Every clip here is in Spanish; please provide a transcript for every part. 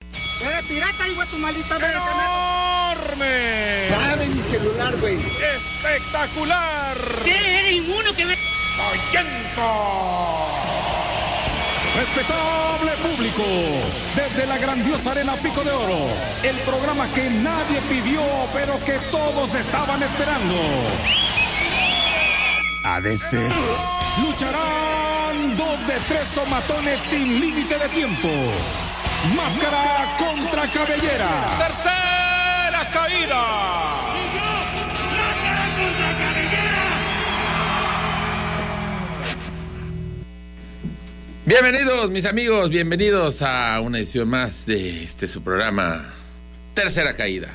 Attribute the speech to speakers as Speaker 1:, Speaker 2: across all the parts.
Speaker 1: eres Eh, pirata, hijo de tu maldita verga,
Speaker 2: ¡Enorme!
Speaker 1: Dame mi celular, güey.
Speaker 2: ¡Espectacular!
Speaker 3: ¿Qué? Eres inmuno que me...
Speaker 2: ¡Soyento! Respetable público, desde la grandiosa arena Pico de Oro, el programa que nadie pidió, pero que todos estaban esperando.
Speaker 4: ADC.
Speaker 2: Lucharán dos de tres somatones sin límite de tiempo. Máscara contra cabellera. Tercera caída.
Speaker 4: Bienvenidos, mis amigos, bienvenidos a una edición más de este su programa Tercera Caída.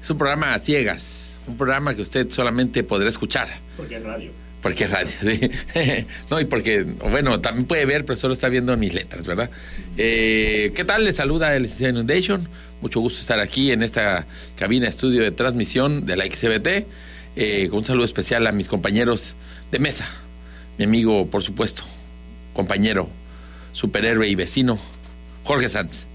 Speaker 4: Es un programa a ciegas, un programa que usted solamente podrá escuchar.
Speaker 5: Porque es radio.
Speaker 4: Porque es radio, sí. no, y porque, bueno, también puede ver, pero solo está viendo mis letras, ¿verdad? Eh, ¿Qué tal? Les saluda el Licenciado Inundation. Mucho gusto estar aquí en esta cabina estudio de transmisión de la XBT. Eh, un saludo especial a mis compañeros de mesa. Mi amigo, por supuesto, compañero, superhéroe y vecino, Jorge Sanz.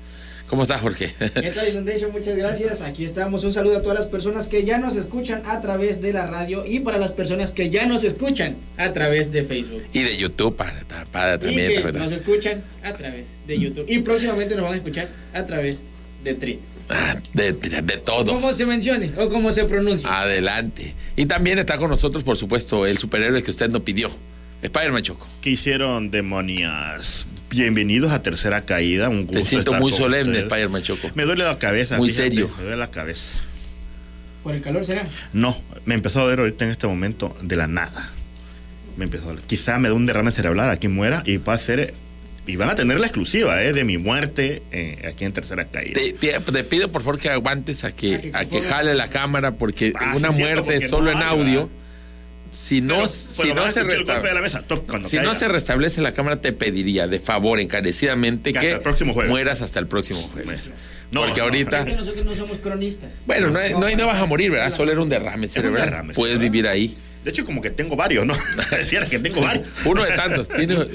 Speaker 4: ¿Cómo está, Jorge?
Speaker 6: ¿Qué tal, Inundation? Muchas gracias. Aquí estamos. Un saludo a todas las personas que ya nos escuchan a través de la radio y para las personas que ya nos escuchan a través de Facebook.
Speaker 4: Y de YouTube, para, para
Speaker 6: Y
Speaker 4: también.
Speaker 6: que
Speaker 4: para-
Speaker 6: nos escuchan a través de YouTube. Y próximamente nos van a escuchar a través de Trit.
Speaker 4: Ah, de, de- de todo.
Speaker 6: Como se mencione o como se pronuncie.
Speaker 4: Ah. Adelante. Y también está con nosotros, por supuesto, el superhéroe que usted no pidió. Spider-Man Choco.
Speaker 5: ¿Qué hicieron, demonias? Bienvenidos a Tercera Caída. Un gusto
Speaker 4: Te siento
Speaker 5: estar
Speaker 4: muy
Speaker 5: con
Speaker 4: solemne,
Speaker 5: ustedes.
Speaker 4: Spider-Man Choco.
Speaker 5: Me duele la cabeza.
Speaker 4: Muy
Speaker 5: fíjate,
Speaker 4: serio.
Speaker 5: Me duele la cabeza.
Speaker 6: Por el calor será.
Speaker 5: No, me empezó a doler ahorita en este momento de la nada. Me empezó a doler. Quizá me dé un derrame cerebral, aquí muera y va a ser. Y van a tener la exclusiva eh, de mi muerte eh, aquí en Tercera Caída.
Speaker 4: Te, te- te pido por favor que aguantes a
Speaker 6: Ah,
Speaker 4: que,
Speaker 6: que
Speaker 4: a que
Speaker 6: ponga-
Speaker 4: jale la cámara porque
Speaker 5: Ah, sí,
Speaker 4: una
Speaker 5: cierto,
Speaker 4: muerte
Speaker 5: porque
Speaker 4: solo
Speaker 5: no
Speaker 4: en
Speaker 5: hay,
Speaker 4: audio,
Speaker 5: ¿verdad?
Speaker 4: si no,
Speaker 5: Pero-
Speaker 4: si
Speaker 5: pero
Speaker 4: no
Speaker 5: vas a
Speaker 4: se
Speaker 5: escuchar el golpe de la
Speaker 4: restablece.
Speaker 5: mesa, toc, cuando
Speaker 4: Si no
Speaker 5: caiga.
Speaker 4: se restablece la cámara, te pediría de favor encarecidamente
Speaker 5: Que
Speaker 4: que,
Speaker 5: hasta el próximo jueves.
Speaker 4: mueras hasta el próximo jueves.
Speaker 5: No,
Speaker 4: Porque
Speaker 5: no,
Speaker 4: ahorita.
Speaker 6: Que nosotros no somos cronistas.
Speaker 4: Ah. Bueno, no, no, no vas a morir, ¿verdad? Solo era un derrame cerebral.
Speaker 5: derrame
Speaker 4: Puedes
Speaker 5: cerebral.
Speaker 4: vivir ahí.
Speaker 5: De hecho, como que tengo varios, ¿no? Decía que tengo varios.
Speaker 4: Uno de tantos, tiene-
Speaker 5: Uno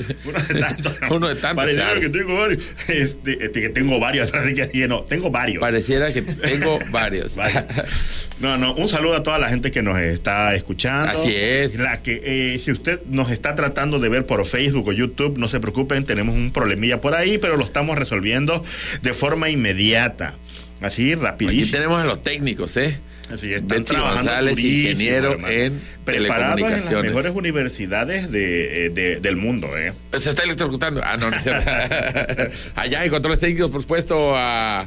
Speaker 5: de tantos.
Speaker 4: Uno de tantos,
Speaker 5: Pareciera
Speaker 4: claro.
Speaker 5: que tengo varios. Este, este, que tengo varios. Así que dije, no, tengo varios.
Speaker 4: Pareciera que tengo varios.
Speaker 5: Vaya. No, no, un saludo a toda la gente que nos está escuchando.
Speaker 4: Así es.
Speaker 5: La que, eh, si usted nos está tratando de ver por Facebook o YouTube, no se preocupen, tenemos un problemilla por ahí, pero lo estamos resolviendo de forma inmediata. Así,
Speaker 4: Aquí
Speaker 5: rapidísimo.
Speaker 4: tenemos a los técnicos, ¿eh?
Speaker 5: Así están
Speaker 4: Betsy
Speaker 5: trabajando
Speaker 4: González,
Speaker 5: durísimo,
Speaker 4: ingeniero
Speaker 5: hermano.
Speaker 4: en
Speaker 5: Preparados en las
Speaker 4: telecomunicaciones.
Speaker 5: mejores universidades de, eh, de- del mundo, ¿eh?
Speaker 4: Se está electrocutando. Ah, no, no es cierto. Allá en controles técnicos, por supuesto, a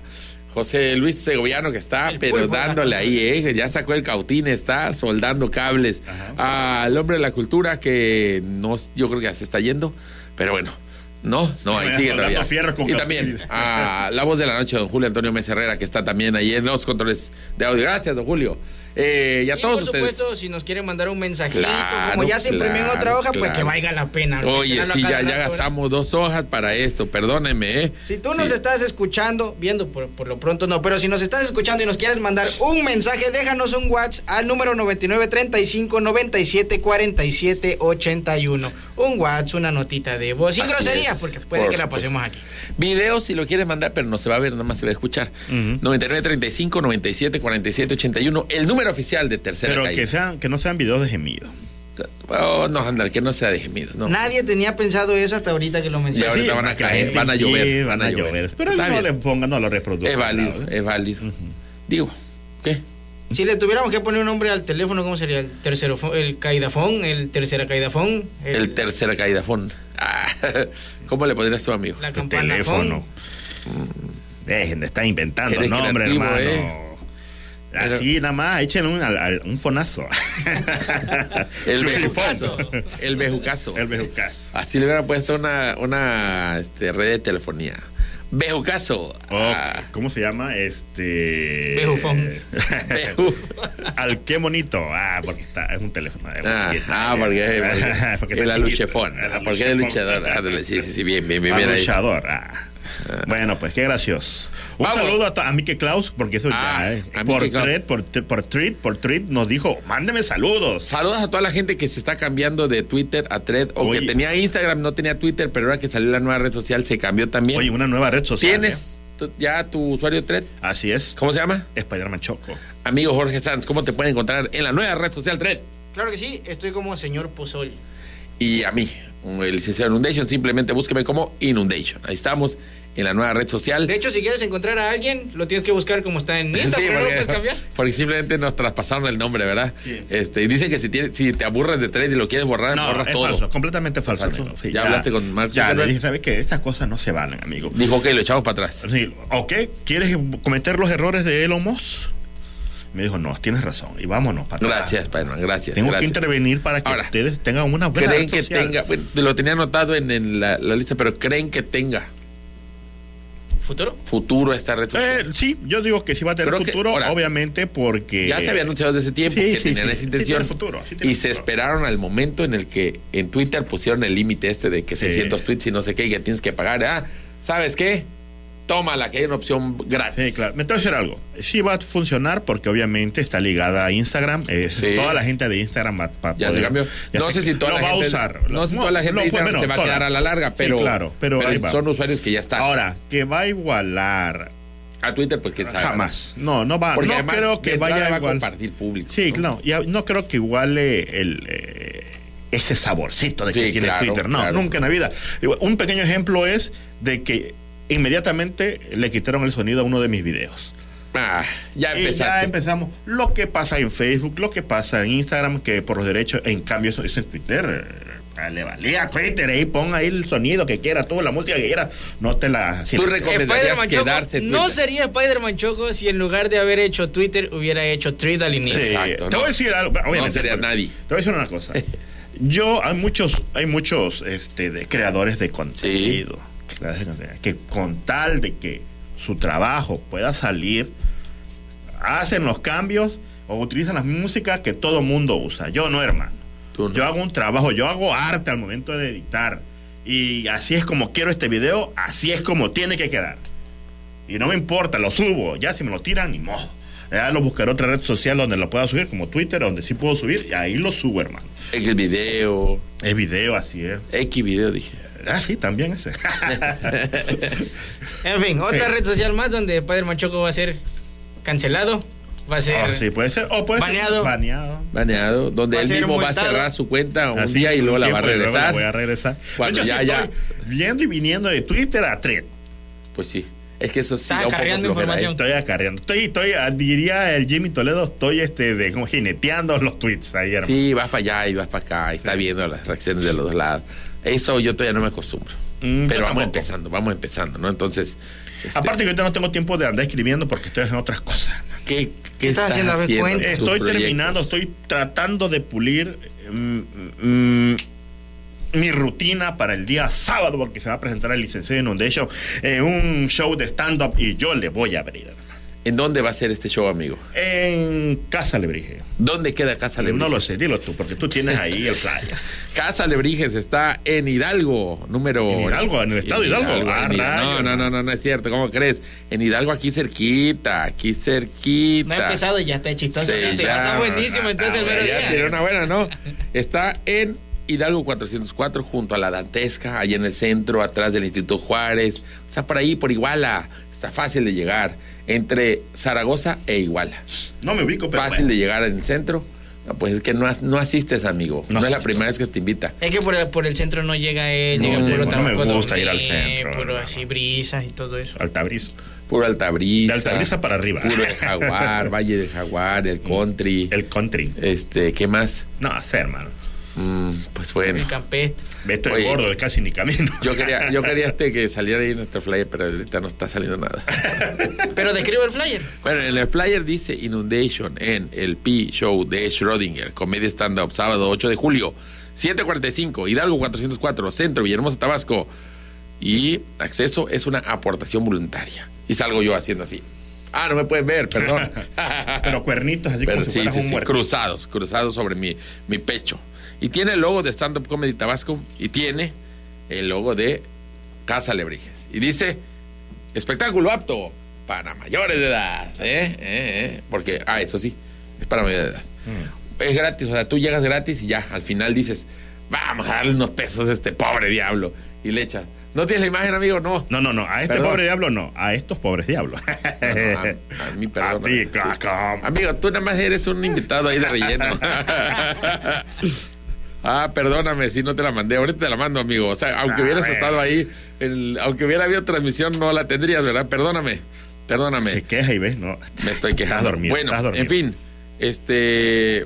Speaker 4: José Luis Segoviano, que está,
Speaker 6: El
Speaker 4: pero
Speaker 6: pulpo de la
Speaker 4: dándole ahí, ¿eh? Ya sacó el cautín, está soldando cables. Al hombre de la cultura, que no, yo creo que ya se está yendo, pero bueno. No, no, ahí
Speaker 5: Vaya
Speaker 4: sigue
Speaker 5: soldando
Speaker 4: todavía.
Speaker 5: fierros con
Speaker 4: Y
Speaker 5: cautín.
Speaker 4: también a la voz de la noche, don Julio Antonio Mesa Herrera, que está también ahí en los controles de audio. Gracias, don Julio. Eh, y a
Speaker 6: Y
Speaker 4: todos
Speaker 6: por
Speaker 4: ustedes.
Speaker 6: supuesto, si nos quieren mandar un mensajito,
Speaker 4: Claro,
Speaker 6: como ya se imprimió en otra
Speaker 4: claro,
Speaker 6: hoja, pues
Speaker 4: claro.
Speaker 6: que valga la pena. ¿no?
Speaker 4: Oye,
Speaker 6: Mencionarlo
Speaker 4: sí, ya,
Speaker 6: a cada
Speaker 4: ya
Speaker 6: rato, ¿no?
Speaker 4: gastamos dos hojas para esto, perdónenme, ¿eh?
Speaker 6: Si tú
Speaker 4: Sí.
Speaker 6: nos estás escuchando, viendo por, por lo pronto no, pero si nos estás escuchando y nos quieres mandar un mensaje, déjanos un WhatsApp al número 9935 97 47 81. Un WhatsApp, una notita de voz, sin
Speaker 4: Así
Speaker 6: grosería,
Speaker 4: es,
Speaker 6: porque puede
Speaker 4: por
Speaker 6: que la
Speaker 4: supuesto.
Speaker 6: pasemos aquí.
Speaker 4: Video si lo quieres mandar, pero no se va a ver, nada más se va a escuchar. 99 35 97 47 81, el número oficial de tercera
Speaker 5: Pero
Speaker 4: caída.
Speaker 5: que, sean, que no sean videos de gemido.
Speaker 4: Oh, no, andar, que no sea de gemidos, no.
Speaker 6: Nadie tenía pensado eso hasta ahorita que lo
Speaker 4: Y
Speaker 6: mencioné.
Speaker 4: ahorita
Speaker 5: Sí,
Speaker 4: van a
Speaker 5: que
Speaker 4: caer,
Speaker 5: gente
Speaker 4: van a llover,
Speaker 5: llegue,
Speaker 4: van a llover.
Speaker 5: Pero
Speaker 4: Está
Speaker 5: no
Speaker 4: bien.
Speaker 5: le pongan, no lo reproduzcan.
Speaker 4: Es válido, eh.
Speaker 5: ¿no?
Speaker 4: es válido. Digo, ¿qué?
Speaker 6: Si le tuviéramos que poner un nombre al teléfono, ¿cómo sería? El tercero, el caidafón, el tercera caidafón,
Speaker 4: El, tercera caída fon. Ah, ¿Cómo le pondrías tú, amigo?
Speaker 6: la
Speaker 5: El
Speaker 6: campana
Speaker 5: teléfono. Dejen de estar inventando
Speaker 4: Eres
Speaker 5: nombre,
Speaker 4: creativo,
Speaker 5: hermano.
Speaker 4: eh.
Speaker 5: Así nada más, echen un, al- al- un fonazo.
Speaker 4: El
Speaker 5: Chulifondo.
Speaker 4: bejucazo. El bejucazo.
Speaker 5: El bejucazo.
Speaker 4: Así le hubieran puesto una, una este, red de telefonía. Bejucazo.
Speaker 5: O,
Speaker 4: Ah,
Speaker 5: ¿Cómo se llama? Este.
Speaker 6: Bejufón.
Speaker 4: beju-
Speaker 5: Al qué bonito. Ah, porque está, es un teléfono. es muy
Speaker 4: Ah,
Speaker 5: chiquito.
Speaker 4: ah, porque, porque,
Speaker 5: Porque
Speaker 4: el
Speaker 5: está chiquito.
Speaker 4: aluchefón,
Speaker 5: El
Speaker 4: ah, porque es
Speaker 5: aluchefón.
Speaker 4: luchador. Ándale, sí, sí, sí, bien, bien, bien, bien ahí.
Speaker 5: Abusador, ah. Bueno, pues qué gracioso. Un
Speaker 4: Vamos.
Speaker 5: saludo a, to- a Mike Klaus, porque eso
Speaker 4: Ah,
Speaker 5: ya, eh,
Speaker 4: a
Speaker 5: Por
Speaker 4: Mike Klaus.
Speaker 5: tweet, por, t- por tweet, por tweet nos dijo, mándeme saludos.
Speaker 4: Saludos a toda la gente que se está cambiando de Twitter a Thread o
Speaker 5: Oye.
Speaker 4: que tenía Instagram, no tenía Twitter, pero ahora que salió la nueva red social se cambió también.
Speaker 5: Oye, una nueva red social. ¿eh?
Speaker 4: Tienes tu- ya tu usuario de Thread?
Speaker 5: Así es.
Speaker 4: ¿Cómo se llama?
Speaker 5: Spider-Man Choco.
Speaker 4: Amigo Jorge Sanz, ¿cómo te pueden encontrar en la nueva red social Thread?
Speaker 6: Claro que sí, estoy como señor Pozol.
Speaker 4: Y a mí, el licenciado Inundation, simplemente búsqueme como Inundation. Ahí estamos en la nueva red social.
Speaker 6: De hecho, si quieres encontrar a alguien, lo tienes que buscar como está en Insta,
Speaker 4: Sí,
Speaker 6: pero no lo puedes
Speaker 4: porque,
Speaker 6: cambiar.
Speaker 4: porque simplemente nos traspasaron el nombre, ¿verdad? Este, y dicen que si, tienes- si te aburres de Thread y lo quieres borrar,
Speaker 5: No,
Speaker 4: Ah, borras
Speaker 5: es
Speaker 4: todo.
Speaker 5: falso, completamente falso.
Speaker 4: Falso.
Speaker 5: amigo. Sí,
Speaker 4: Ya hablaste con Mark
Speaker 5: Ya, le
Speaker 4: Zuckerberg.
Speaker 5: dije, ¿sabes qué? Estas cosas no se valen, amigo.
Speaker 4: Dijo, ok, lo echamos para atrás.
Speaker 5: Sí, ok, ¿quieres cometer los errores de Elon Musk? Me dijo, no, tienes razón. Y vámonos para atrás.
Speaker 4: Gracias, Spiderman, gracias.
Speaker 5: Tengo
Speaker 4: gracias.
Speaker 5: que intervenir para que
Speaker 4: Ahora,
Speaker 5: ustedes tengan una buena
Speaker 4: ¿Creen
Speaker 5: red
Speaker 4: que
Speaker 5: social.
Speaker 4: tenga? bueno, lo tenía anotado en, en la, la lista, pero ¿creen que tenga
Speaker 6: ¿Futuro?
Speaker 4: futuro esta red social?
Speaker 5: Eh, sí, yo digo que sí va a tener
Speaker 4: Creo que-
Speaker 5: futuro,
Speaker 4: ahora,
Speaker 5: obviamente, porque.
Speaker 4: Ya se había anunciado desde ese tiempo
Speaker 5: Sí,
Speaker 4: que
Speaker 5: sí,
Speaker 4: tenían
Speaker 5: sí.
Speaker 4: esa
Speaker 5: Sí,
Speaker 4: intención.
Speaker 5: tiene futuro, sí
Speaker 4: y
Speaker 5: tiene
Speaker 4: se
Speaker 5: futuro.
Speaker 4: esperaron al momento en el que en Twitter pusieron el límite este de que
Speaker 5: Sí.
Speaker 4: 600 tweets y no sé qué, y que tienes que pagar. Ah, ¿sabes qué? Tómala, que hay una opción gratis.
Speaker 5: Sí, claro. Me tengo que decir algo. Sí va a funcionar porque obviamente está ligada a Instagram. Eh,
Speaker 4: Sí.
Speaker 5: Toda la gente de Instagram va a
Speaker 4: Ya se cambió. No sé si toda la
Speaker 5: va
Speaker 4: gente.
Speaker 5: a usar.
Speaker 4: No sé si toda la gente
Speaker 5: No,
Speaker 4: de Instagram
Speaker 5: bueno,
Speaker 4: se va a
Speaker 5: toda.
Speaker 4: quedar a la larga,
Speaker 5: Sí,
Speaker 4: pero,
Speaker 5: claro, pero, ahí va.
Speaker 4: son usuarios que ya están.
Speaker 5: Ahora, que va a igualar.
Speaker 4: a Twitter, pues quién sabe.
Speaker 5: Jamás. No, no va.
Speaker 4: Porque
Speaker 5: no
Speaker 4: además,
Speaker 5: creo
Speaker 4: de
Speaker 5: que
Speaker 4: entrada
Speaker 5: vaya
Speaker 4: va
Speaker 5: a
Speaker 4: a
Speaker 5: igual.
Speaker 4: compartir público,
Speaker 5: Sí,
Speaker 4: ¿no?
Speaker 5: claro. Y a- no creo que iguale el. eh, ese saborcito de que
Speaker 4: Sí,
Speaker 5: tiene
Speaker 4: claro,
Speaker 5: Twitter. No,
Speaker 4: claro.
Speaker 5: nunca en la vida. Digo, Un pequeño ejemplo es de que inmediatamente le quitaron el sonido a uno de mis videos.
Speaker 4: Ah, ya
Speaker 5: Y ya
Speaker 4: empezaste.
Speaker 5: empezamos. Lo que pasa en Facebook, lo que pasa en Instagram, que por los derechos, en cambio, eso, eso en Twitter. eh, Le valía a Twitter ahí, pon ahí el sonido que quiera, toda la música que quiera. No te la. si-
Speaker 4: Tú reco- Recomendarías
Speaker 6: Spider-Man Choco
Speaker 4: quedarse en
Speaker 6: no
Speaker 4: Twitter.
Speaker 6: sería Spider-Man Choco si en lugar de haber hecho Twitter hubiera hecho Thread al inicio.
Speaker 5: Sí,
Speaker 4: Exacto, ¿no?
Speaker 5: Te voy a decir algo. obviamente,
Speaker 4: sería
Speaker 5: porque-
Speaker 4: nadie.
Speaker 5: Te voy a decir una cosa. Yo, hay muchos, hay muchos este, de, creadores de contenido. creadores de contenido, Que con tal de que su trabajo pueda salir, hacen los cambios o utilizan las músicas que todo mundo usa. Yo no, hermano.
Speaker 4: Tú no.
Speaker 5: Yo hago un trabajo, yo hago arte al momento de editar. Y así es como quiero este video, así es como tiene que quedar. Y no me importa, lo subo. Ya si me lo tiran, ni modo. Ya lo buscaré otra red social donde lo pueda subir, como Twitter, donde sí puedo subir. Y ahí lo subo, hermano.
Speaker 4: X video.
Speaker 5: Es video, así es.
Speaker 4: X video, dije.
Speaker 5: Ah, sí, también ese.
Speaker 6: En fin, otra
Speaker 5: Sí.
Speaker 6: red social más donde Spider-Man Choco va a ser cancelado, va a ser
Speaker 5: Ah, sí, puede ser. O puede
Speaker 6: Baneado.
Speaker 5: ser. Baneado.
Speaker 4: Baneado, donde
Speaker 6: Va a
Speaker 4: él
Speaker 6: ser
Speaker 4: mismo va a
Speaker 6: multado.
Speaker 4: cerrar su cuenta un
Speaker 5: Así,
Speaker 4: día y
Speaker 5: por
Speaker 4: luego
Speaker 5: un
Speaker 4: la va a
Speaker 5: tiempo, y luego
Speaker 4: regresar.
Speaker 5: voy a regresar.
Speaker 4: Cuando
Speaker 5: De hecho,
Speaker 4: ya,
Speaker 5: sí
Speaker 4: ya.
Speaker 5: estoy viendo y viniendo de Twitter a Thread.
Speaker 4: Pues sí. Es que eso sí.
Speaker 6: Está
Speaker 4: da un poco
Speaker 6: acarreando
Speaker 4: flojera, ¿eh?
Speaker 6: información.
Speaker 5: Estoy acarreando. Estoy, estoy, ah, diría el Jimmy Toledo, estoy este, de, como jineteando los tweets ahí, hermano.
Speaker 4: Sí, vas para allá y vas para acá. Y está viendo las reacciones de los dos lados. Eso yo todavía no me acostumbro.
Speaker 5: Mm, yo
Speaker 4: Pero vamos
Speaker 5: tampoco.
Speaker 4: empezando, vamos empezando, ¿no? Entonces. este,
Speaker 5: Aparte que ahorita no tengo tiempo de andar escribiendo porque estoy haciendo otras cosas.
Speaker 4: ¿qué,
Speaker 6: ¿Qué estás haciendo? A ver,
Speaker 4: con
Speaker 6: cuenta.
Speaker 4: tus
Speaker 5: Estoy
Speaker 4: proyectos?
Speaker 5: terminando, estoy tratando de pulir mm, mm, mi rutina para el día sábado porque se va a presentar el licenciado Inundation en un show de stand-up y yo le voy a abrir. hermano.
Speaker 4: ¿En dónde va a ser este show, amigo?
Speaker 5: En Casa Lebrige.
Speaker 4: ¿Dónde queda Casa Lebrijes?
Speaker 5: No lo sé, dilo tú, porque tú tienes ahí el flyer.
Speaker 4: Casa Lebrijes está en Hidalgo, número.
Speaker 5: En Hidalgo, en el estado de Hidalgo. Ah,
Speaker 4: en Hidalgo. No,
Speaker 5: rayo.
Speaker 4: no, no, no, no es cierto. ¿Cómo crees? En Hidalgo, aquí cerquita, aquí
Speaker 6: no
Speaker 4: cerquita.
Speaker 6: ha empezado y ya está chistoso.
Speaker 4: Se
Speaker 6: Fíjate,
Speaker 4: llama-
Speaker 6: está buenísimo entonces
Speaker 4: Ah,
Speaker 6: el mero
Speaker 4: ya
Speaker 6: día.
Speaker 4: tiene una buena, ¿no? Está en Hidalgo 404, junto a la Dantesca, allá en el centro, atrás del Instituto Juárez. O sea, por ahí, por Iguala. Está fácil de llegar. Entre Zaragoza e Iguala.
Speaker 5: No me ubico, pero
Speaker 4: Fácil
Speaker 5: bueno.
Speaker 4: de llegar al centro. No, pues es que no, as- no asistes, amigo. No,
Speaker 5: No
Speaker 4: es la
Speaker 5: asisto.
Speaker 4: primera vez que te invita.
Speaker 6: Es que por el, por el centro no llega él,
Speaker 5: No
Speaker 6: llega por
Speaker 5: llego,
Speaker 6: otra
Speaker 5: no me
Speaker 6: cosa,
Speaker 5: gusta ir al
Speaker 6: eh,
Speaker 5: centro,
Speaker 6: Puro
Speaker 5: hermano.
Speaker 6: así brisas y todo eso.
Speaker 5: Altabrisa.
Speaker 4: Puro Altabrisa.
Speaker 5: De Altabrisa para arriba.
Speaker 4: Puro el Jaguar, Valle del Jaguar, el Country.
Speaker 5: El country.
Speaker 4: Este, ¿qué más?
Speaker 5: No, sé, hermano.
Speaker 4: Mm, pues bueno.
Speaker 6: El campestre.
Speaker 5: Estoy
Speaker 4: Oye.
Speaker 5: gordo, casi ni camino.
Speaker 4: Yo quería, yo quería este que saliera ahí nuestro flyer, pero ahorita no está saliendo nada.
Speaker 6: Pero describe el flyer.
Speaker 4: Bueno, en el flyer dice Inundation en el P Show de Schrödinger, comedia stand-up, sábado 8 de julio, 745, Hidalgo 404, Centro, Villahermosa, Tabasco. Y acceso es una aportación voluntaria. Y salgo yo haciendo así. Ah, no me pueden ver, perdón.
Speaker 5: Pero cuernitos, así
Speaker 4: Pero
Speaker 5: como si
Speaker 4: sí,
Speaker 5: fueras
Speaker 4: sí,
Speaker 5: un
Speaker 4: sí,
Speaker 5: muerto.
Speaker 4: cruzados, cruzados sobre mi, mi pecho. Y tiene el logo de Stand Up Comedy Tabasco y tiene el logo de Casa Lebrijes. Y dice, espectáculo apto para mayores de edad. ¿eh? ¿Eh? ¿eh? Porque, ah, eso sí, es para mayores de edad.
Speaker 5: Mm.
Speaker 4: Es gratis, o sea, tú llegas gratis y ya, al final dices, vamos a darle unos pesos a este pobre diablo. Y le echas, ¿No tienes la imagen, amigo? No.
Speaker 5: No, no, no. A este
Speaker 4: Perdón.
Speaker 5: pobre diablo no. A estos pobres diablos.
Speaker 4: No, no, a, a mí, perdón.
Speaker 5: A ti, ah, caca.
Speaker 4: Amigo, tú nada más eres un invitado ahí de relleno. ah, perdóname si no te la mandé. Ahorita te la mando, amigo. O sea, aunque
Speaker 5: A
Speaker 4: hubieras
Speaker 5: ver.
Speaker 4: estado ahí, el- aunque hubiera habido transmisión, no la tendrías, ¿verdad? Perdóname. Perdóname.
Speaker 5: Se queja y ves, no.
Speaker 4: Me estoy quejando.
Speaker 5: Estás dormido,
Speaker 4: bueno,
Speaker 5: estás dormido.
Speaker 4: en fin, este.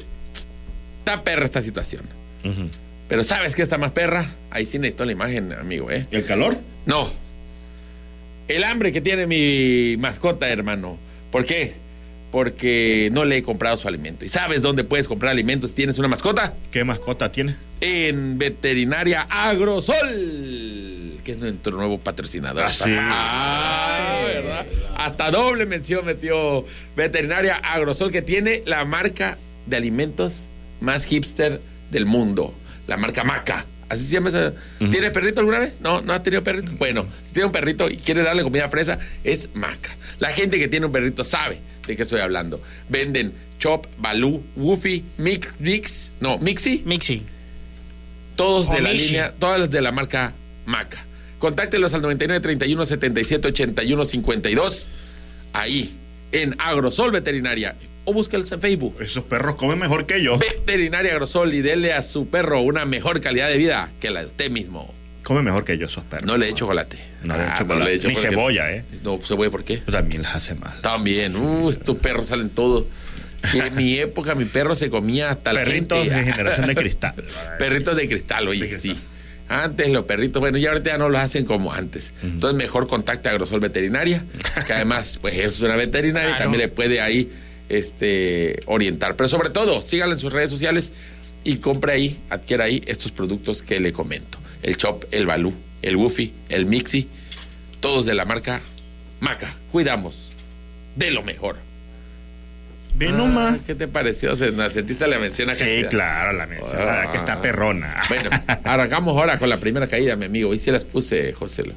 Speaker 4: Está perra esta situación.
Speaker 5: Ujú.
Speaker 4: Pero ¿sabes qué está más perra? Ahí sí necesito la imagen, amigo, ¿eh?
Speaker 5: ¿Y el calor?
Speaker 4: No. El hambre que tiene mi mascota, hermano. ¿Por qué? Porque no le he comprado su alimento. ¿Y sabes dónde puedes comprar alimentos si tienes una mascota?
Speaker 5: ¿Qué mascota tiene?
Speaker 4: En Veterinaria Agrosol, que es nuestro nuevo patrocinador.
Speaker 5: Ah, sí.
Speaker 4: Ah, ¿verdad? Hasta doble mención metió Veterinaria Agrosol, que tiene la marca de alimentos más hipster del mundo, la marca Maca. Así se llama esa. ¿Tienes perrito alguna vez? No, no has tenido perrito. Bueno, si tienes un perrito y quieres darle comida fresa, es Maca. La gente que tiene un perrito sabe de qué estoy hablando. Venden Chop, Balú, Woofy, Mix, Mix, no, Mixi
Speaker 6: Mixi.
Speaker 4: todos
Speaker 6: O
Speaker 4: de la
Speaker 6: Mishi.
Speaker 4: línea, todas las de la marca Maca. Contáctelos al 99 31 77 81 52 ahí en Agrosol Veterinaria o búscalos en Facebook.
Speaker 5: Esos perros comen mejor que yo.
Speaker 4: Veterinaria Agrosol y dele a su perro una mejor calidad de vida que la de usted mismo.
Speaker 5: Comen mejor que yo esos perros.
Speaker 4: No le dé chocolate.
Speaker 5: No le dé
Speaker 4: Ah,
Speaker 5: chocolate.
Speaker 4: dé
Speaker 5: Ni cebolla, ¿eh?
Speaker 4: No, cebolla, ¿por qué?
Speaker 5: Pero También las hace mal.
Speaker 4: También. Uh, estos perros salen todos. Que En mi época mi perro se comía hasta la
Speaker 5: Perritos
Speaker 4: gente.
Speaker 5: de generación de cristal.
Speaker 4: Perritos de cristal, oye,
Speaker 5: Ah, De cristal.
Speaker 4: sí. Antes los perritos, bueno, ya ahorita ya no los hacen como antes. Entonces mejor contacta a Grosol Veterinaria, que además, pues es una veterinaria y
Speaker 6: Claro.
Speaker 4: también le puede ahí este, orientar. Pero sobre todo, síganlo en sus redes sociales y compre ahí, adquiera ahí estos productos que le comento. El Chop, el Balú, el Woofy, el Mixi, todos de la marca Maca. Cuidamos de lo mejor.
Speaker 5: Ve nomás.
Speaker 4: Ah, ¿Qué te pareció? ¿Se- ¿Sentiste la mención acá?
Speaker 5: Sí, claro, la mención.
Speaker 4: Ah.
Speaker 5: la que está perrona.
Speaker 4: Bueno, arrancamos ahora con la primera caída, mi amigo. Y si las puse, José. Lo-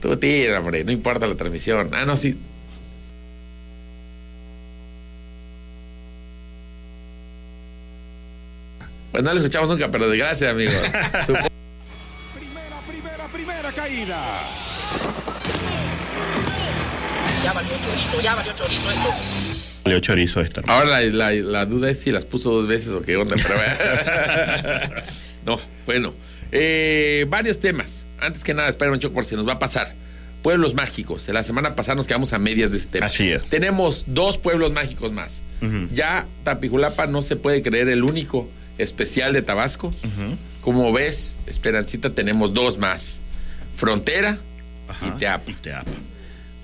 Speaker 4: Tú tira, hombre, no importa la transmisión. Ah, no, sí. Pues no la escuchamos nunca, pero gracias, amigo. Supo-
Speaker 2: Primera, primera, primera caída.
Speaker 5: Leo chorizo esto. hermano.
Speaker 4: Ahora la, la- la duda es si las puso dos veces o qué onda, pero bueno. No, bueno. Eh, varios temas. Antes que nada, espérame, Choco, por si nos va a pasar. Pueblos mágicos. La semana pasada nos quedamos a medias de este tema.
Speaker 5: Así es.
Speaker 4: Tenemos dos pueblos mágicos más. Ya Tapijulapa no se puede creer el único especial de Tabasco. Como ves, Esperancita, tenemos dos más. Frontera
Speaker 5: Ajá.
Speaker 4: y Teapa.
Speaker 5: Y te apa.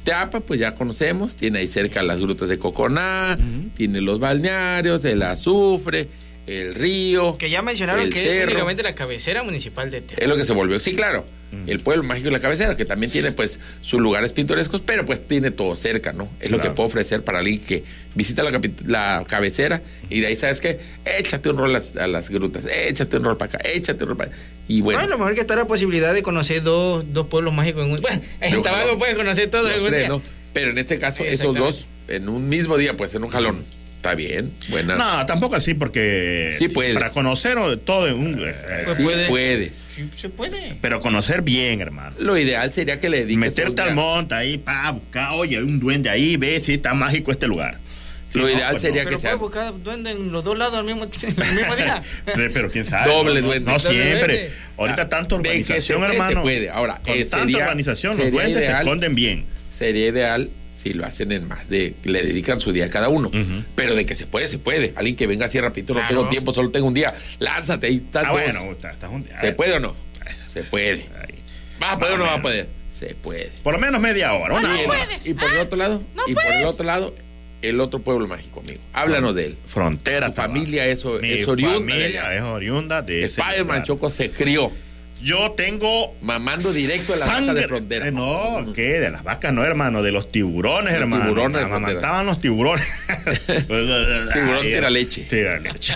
Speaker 4: Teapa, pues ya conocemos, tiene ahí cerca las grutas de Coconá, tiene los balnearios, el azufre, el río.
Speaker 6: Que ya mencionaron
Speaker 4: el
Speaker 6: que es
Speaker 4: cerro. Eh,
Speaker 6: únicamente Mm. la cabecera municipal de Tepa.
Speaker 4: Es lo que se volvió. Sí, claro. El pueblo mágico de la cabecera, que también tiene pues sus lugares pintorescos, pero pues tiene todo cerca, ¿no? Es lo que
Speaker 5: Claro.
Speaker 4: puede ofrecer para alguien que visita la, capit- la cabecera y de ahí, ¿sabes qué? Échate un rol a las, a las grutas, échate un rol para acá, échate un rol para Y bueno,
Speaker 6: Bueno, a lo mejor que está la posibilidad de conocer dos, dos pueblos mágicos en un. Bueno, en
Speaker 4: Ojalá.
Speaker 6: Tabasco puedes conocer todo
Speaker 4: los
Speaker 6: pues, algún
Speaker 4: tres,
Speaker 6: día.
Speaker 4: ¿no? Pero en este caso,
Speaker 6: Sí,
Speaker 4: esos dos
Speaker 6: exactamente.
Speaker 4: en un mismo día, pues en un jalón. Está bien, buena.
Speaker 5: No, tampoco así porque
Speaker 4: Sí puedes. Ah,
Speaker 5: para conocer o- todo en un eh,
Speaker 4: Sí
Speaker 6: Puede.
Speaker 4: puedes.
Speaker 6: Sí, se puede.
Speaker 5: pero conocer bien, hermano.
Speaker 4: Lo ideal sería que le dediques.
Speaker 5: Meterte
Speaker 4: un día.
Speaker 5: al monte ahí, pa, buscar, oye, hay un duende ahí, ve si está mágico este lugar. Si
Speaker 4: Lo
Speaker 5: no,
Speaker 4: ideal
Speaker 5: pues no.
Speaker 4: sería
Speaker 6: Pero
Speaker 4: que sea
Speaker 6: puedes buscar duende en los dos lados al mismo, al mismo día.
Speaker 5: Pero, pero quién sabe.
Speaker 4: Doble
Speaker 5: no,
Speaker 4: duende.
Speaker 5: No,
Speaker 6: pues, Doble
Speaker 5: siempre.
Speaker 6: duende.
Speaker 5: Ahorita tanta
Speaker 4: De que
Speaker 5: urbanización,
Speaker 4: se- que se
Speaker 5: hermano.
Speaker 4: puede. Ahora,
Speaker 5: con
Speaker 4: eh,
Speaker 5: tanta
Speaker 4: sería-
Speaker 5: urbanización, los
Speaker 4: sería
Speaker 5: duendes se
Speaker 4: ideal.
Speaker 5: esconden bien.
Speaker 4: sería ideal si lo hacen en más de le dedican su día a cada uno pero de que se puede se puede alguien que venga así rapidito no
Speaker 6: Claro.
Speaker 4: tengo tiempo solo tengo un día lánzate ahí tal
Speaker 5: Ah, bueno, está, está un- a
Speaker 4: se
Speaker 5: ver,
Speaker 4: puede o no se puede
Speaker 5: ahí.
Speaker 4: vas a poder o no
Speaker 5: Más
Speaker 4: vas
Speaker 5: o
Speaker 4: a poder
Speaker 5: menos.
Speaker 4: se puede
Speaker 5: Por lo menos media hora, una
Speaker 4: Bien.
Speaker 5: hora.
Speaker 4: y por
Speaker 6: Ah,
Speaker 4: el otro lado y por el otro lado el otro pueblo mágico amigo
Speaker 5: Ah,
Speaker 4: háblanos de él
Speaker 5: Frontera.
Speaker 4: Tu
Speaker 5: Tabasco.
Speaker 4: familia es o-
Speaker 5: Mi
Speaker 4: es oriunda de
Speaker 5: familia
Speaker 4: allá.
Speaker 5: es oriunda de ese
Speaker 4: Spider-Man
Speaker 5: lugar.
Speaker 4: Choco se crió
Speaker 5: Yo tengo.
Speaker 4: Mamando directo de las vacas de frontera. Mm.
Speaker 5: Eh, No, ¿qué? De las vacas no, hermano, de los tiburones, hermano.
Speaker 4: tiburones de frontera.
Speaker 5: Amamantaban los tiburones. Tiburón
Speaker 4: tira leche.
Speaker 5: Tira leche.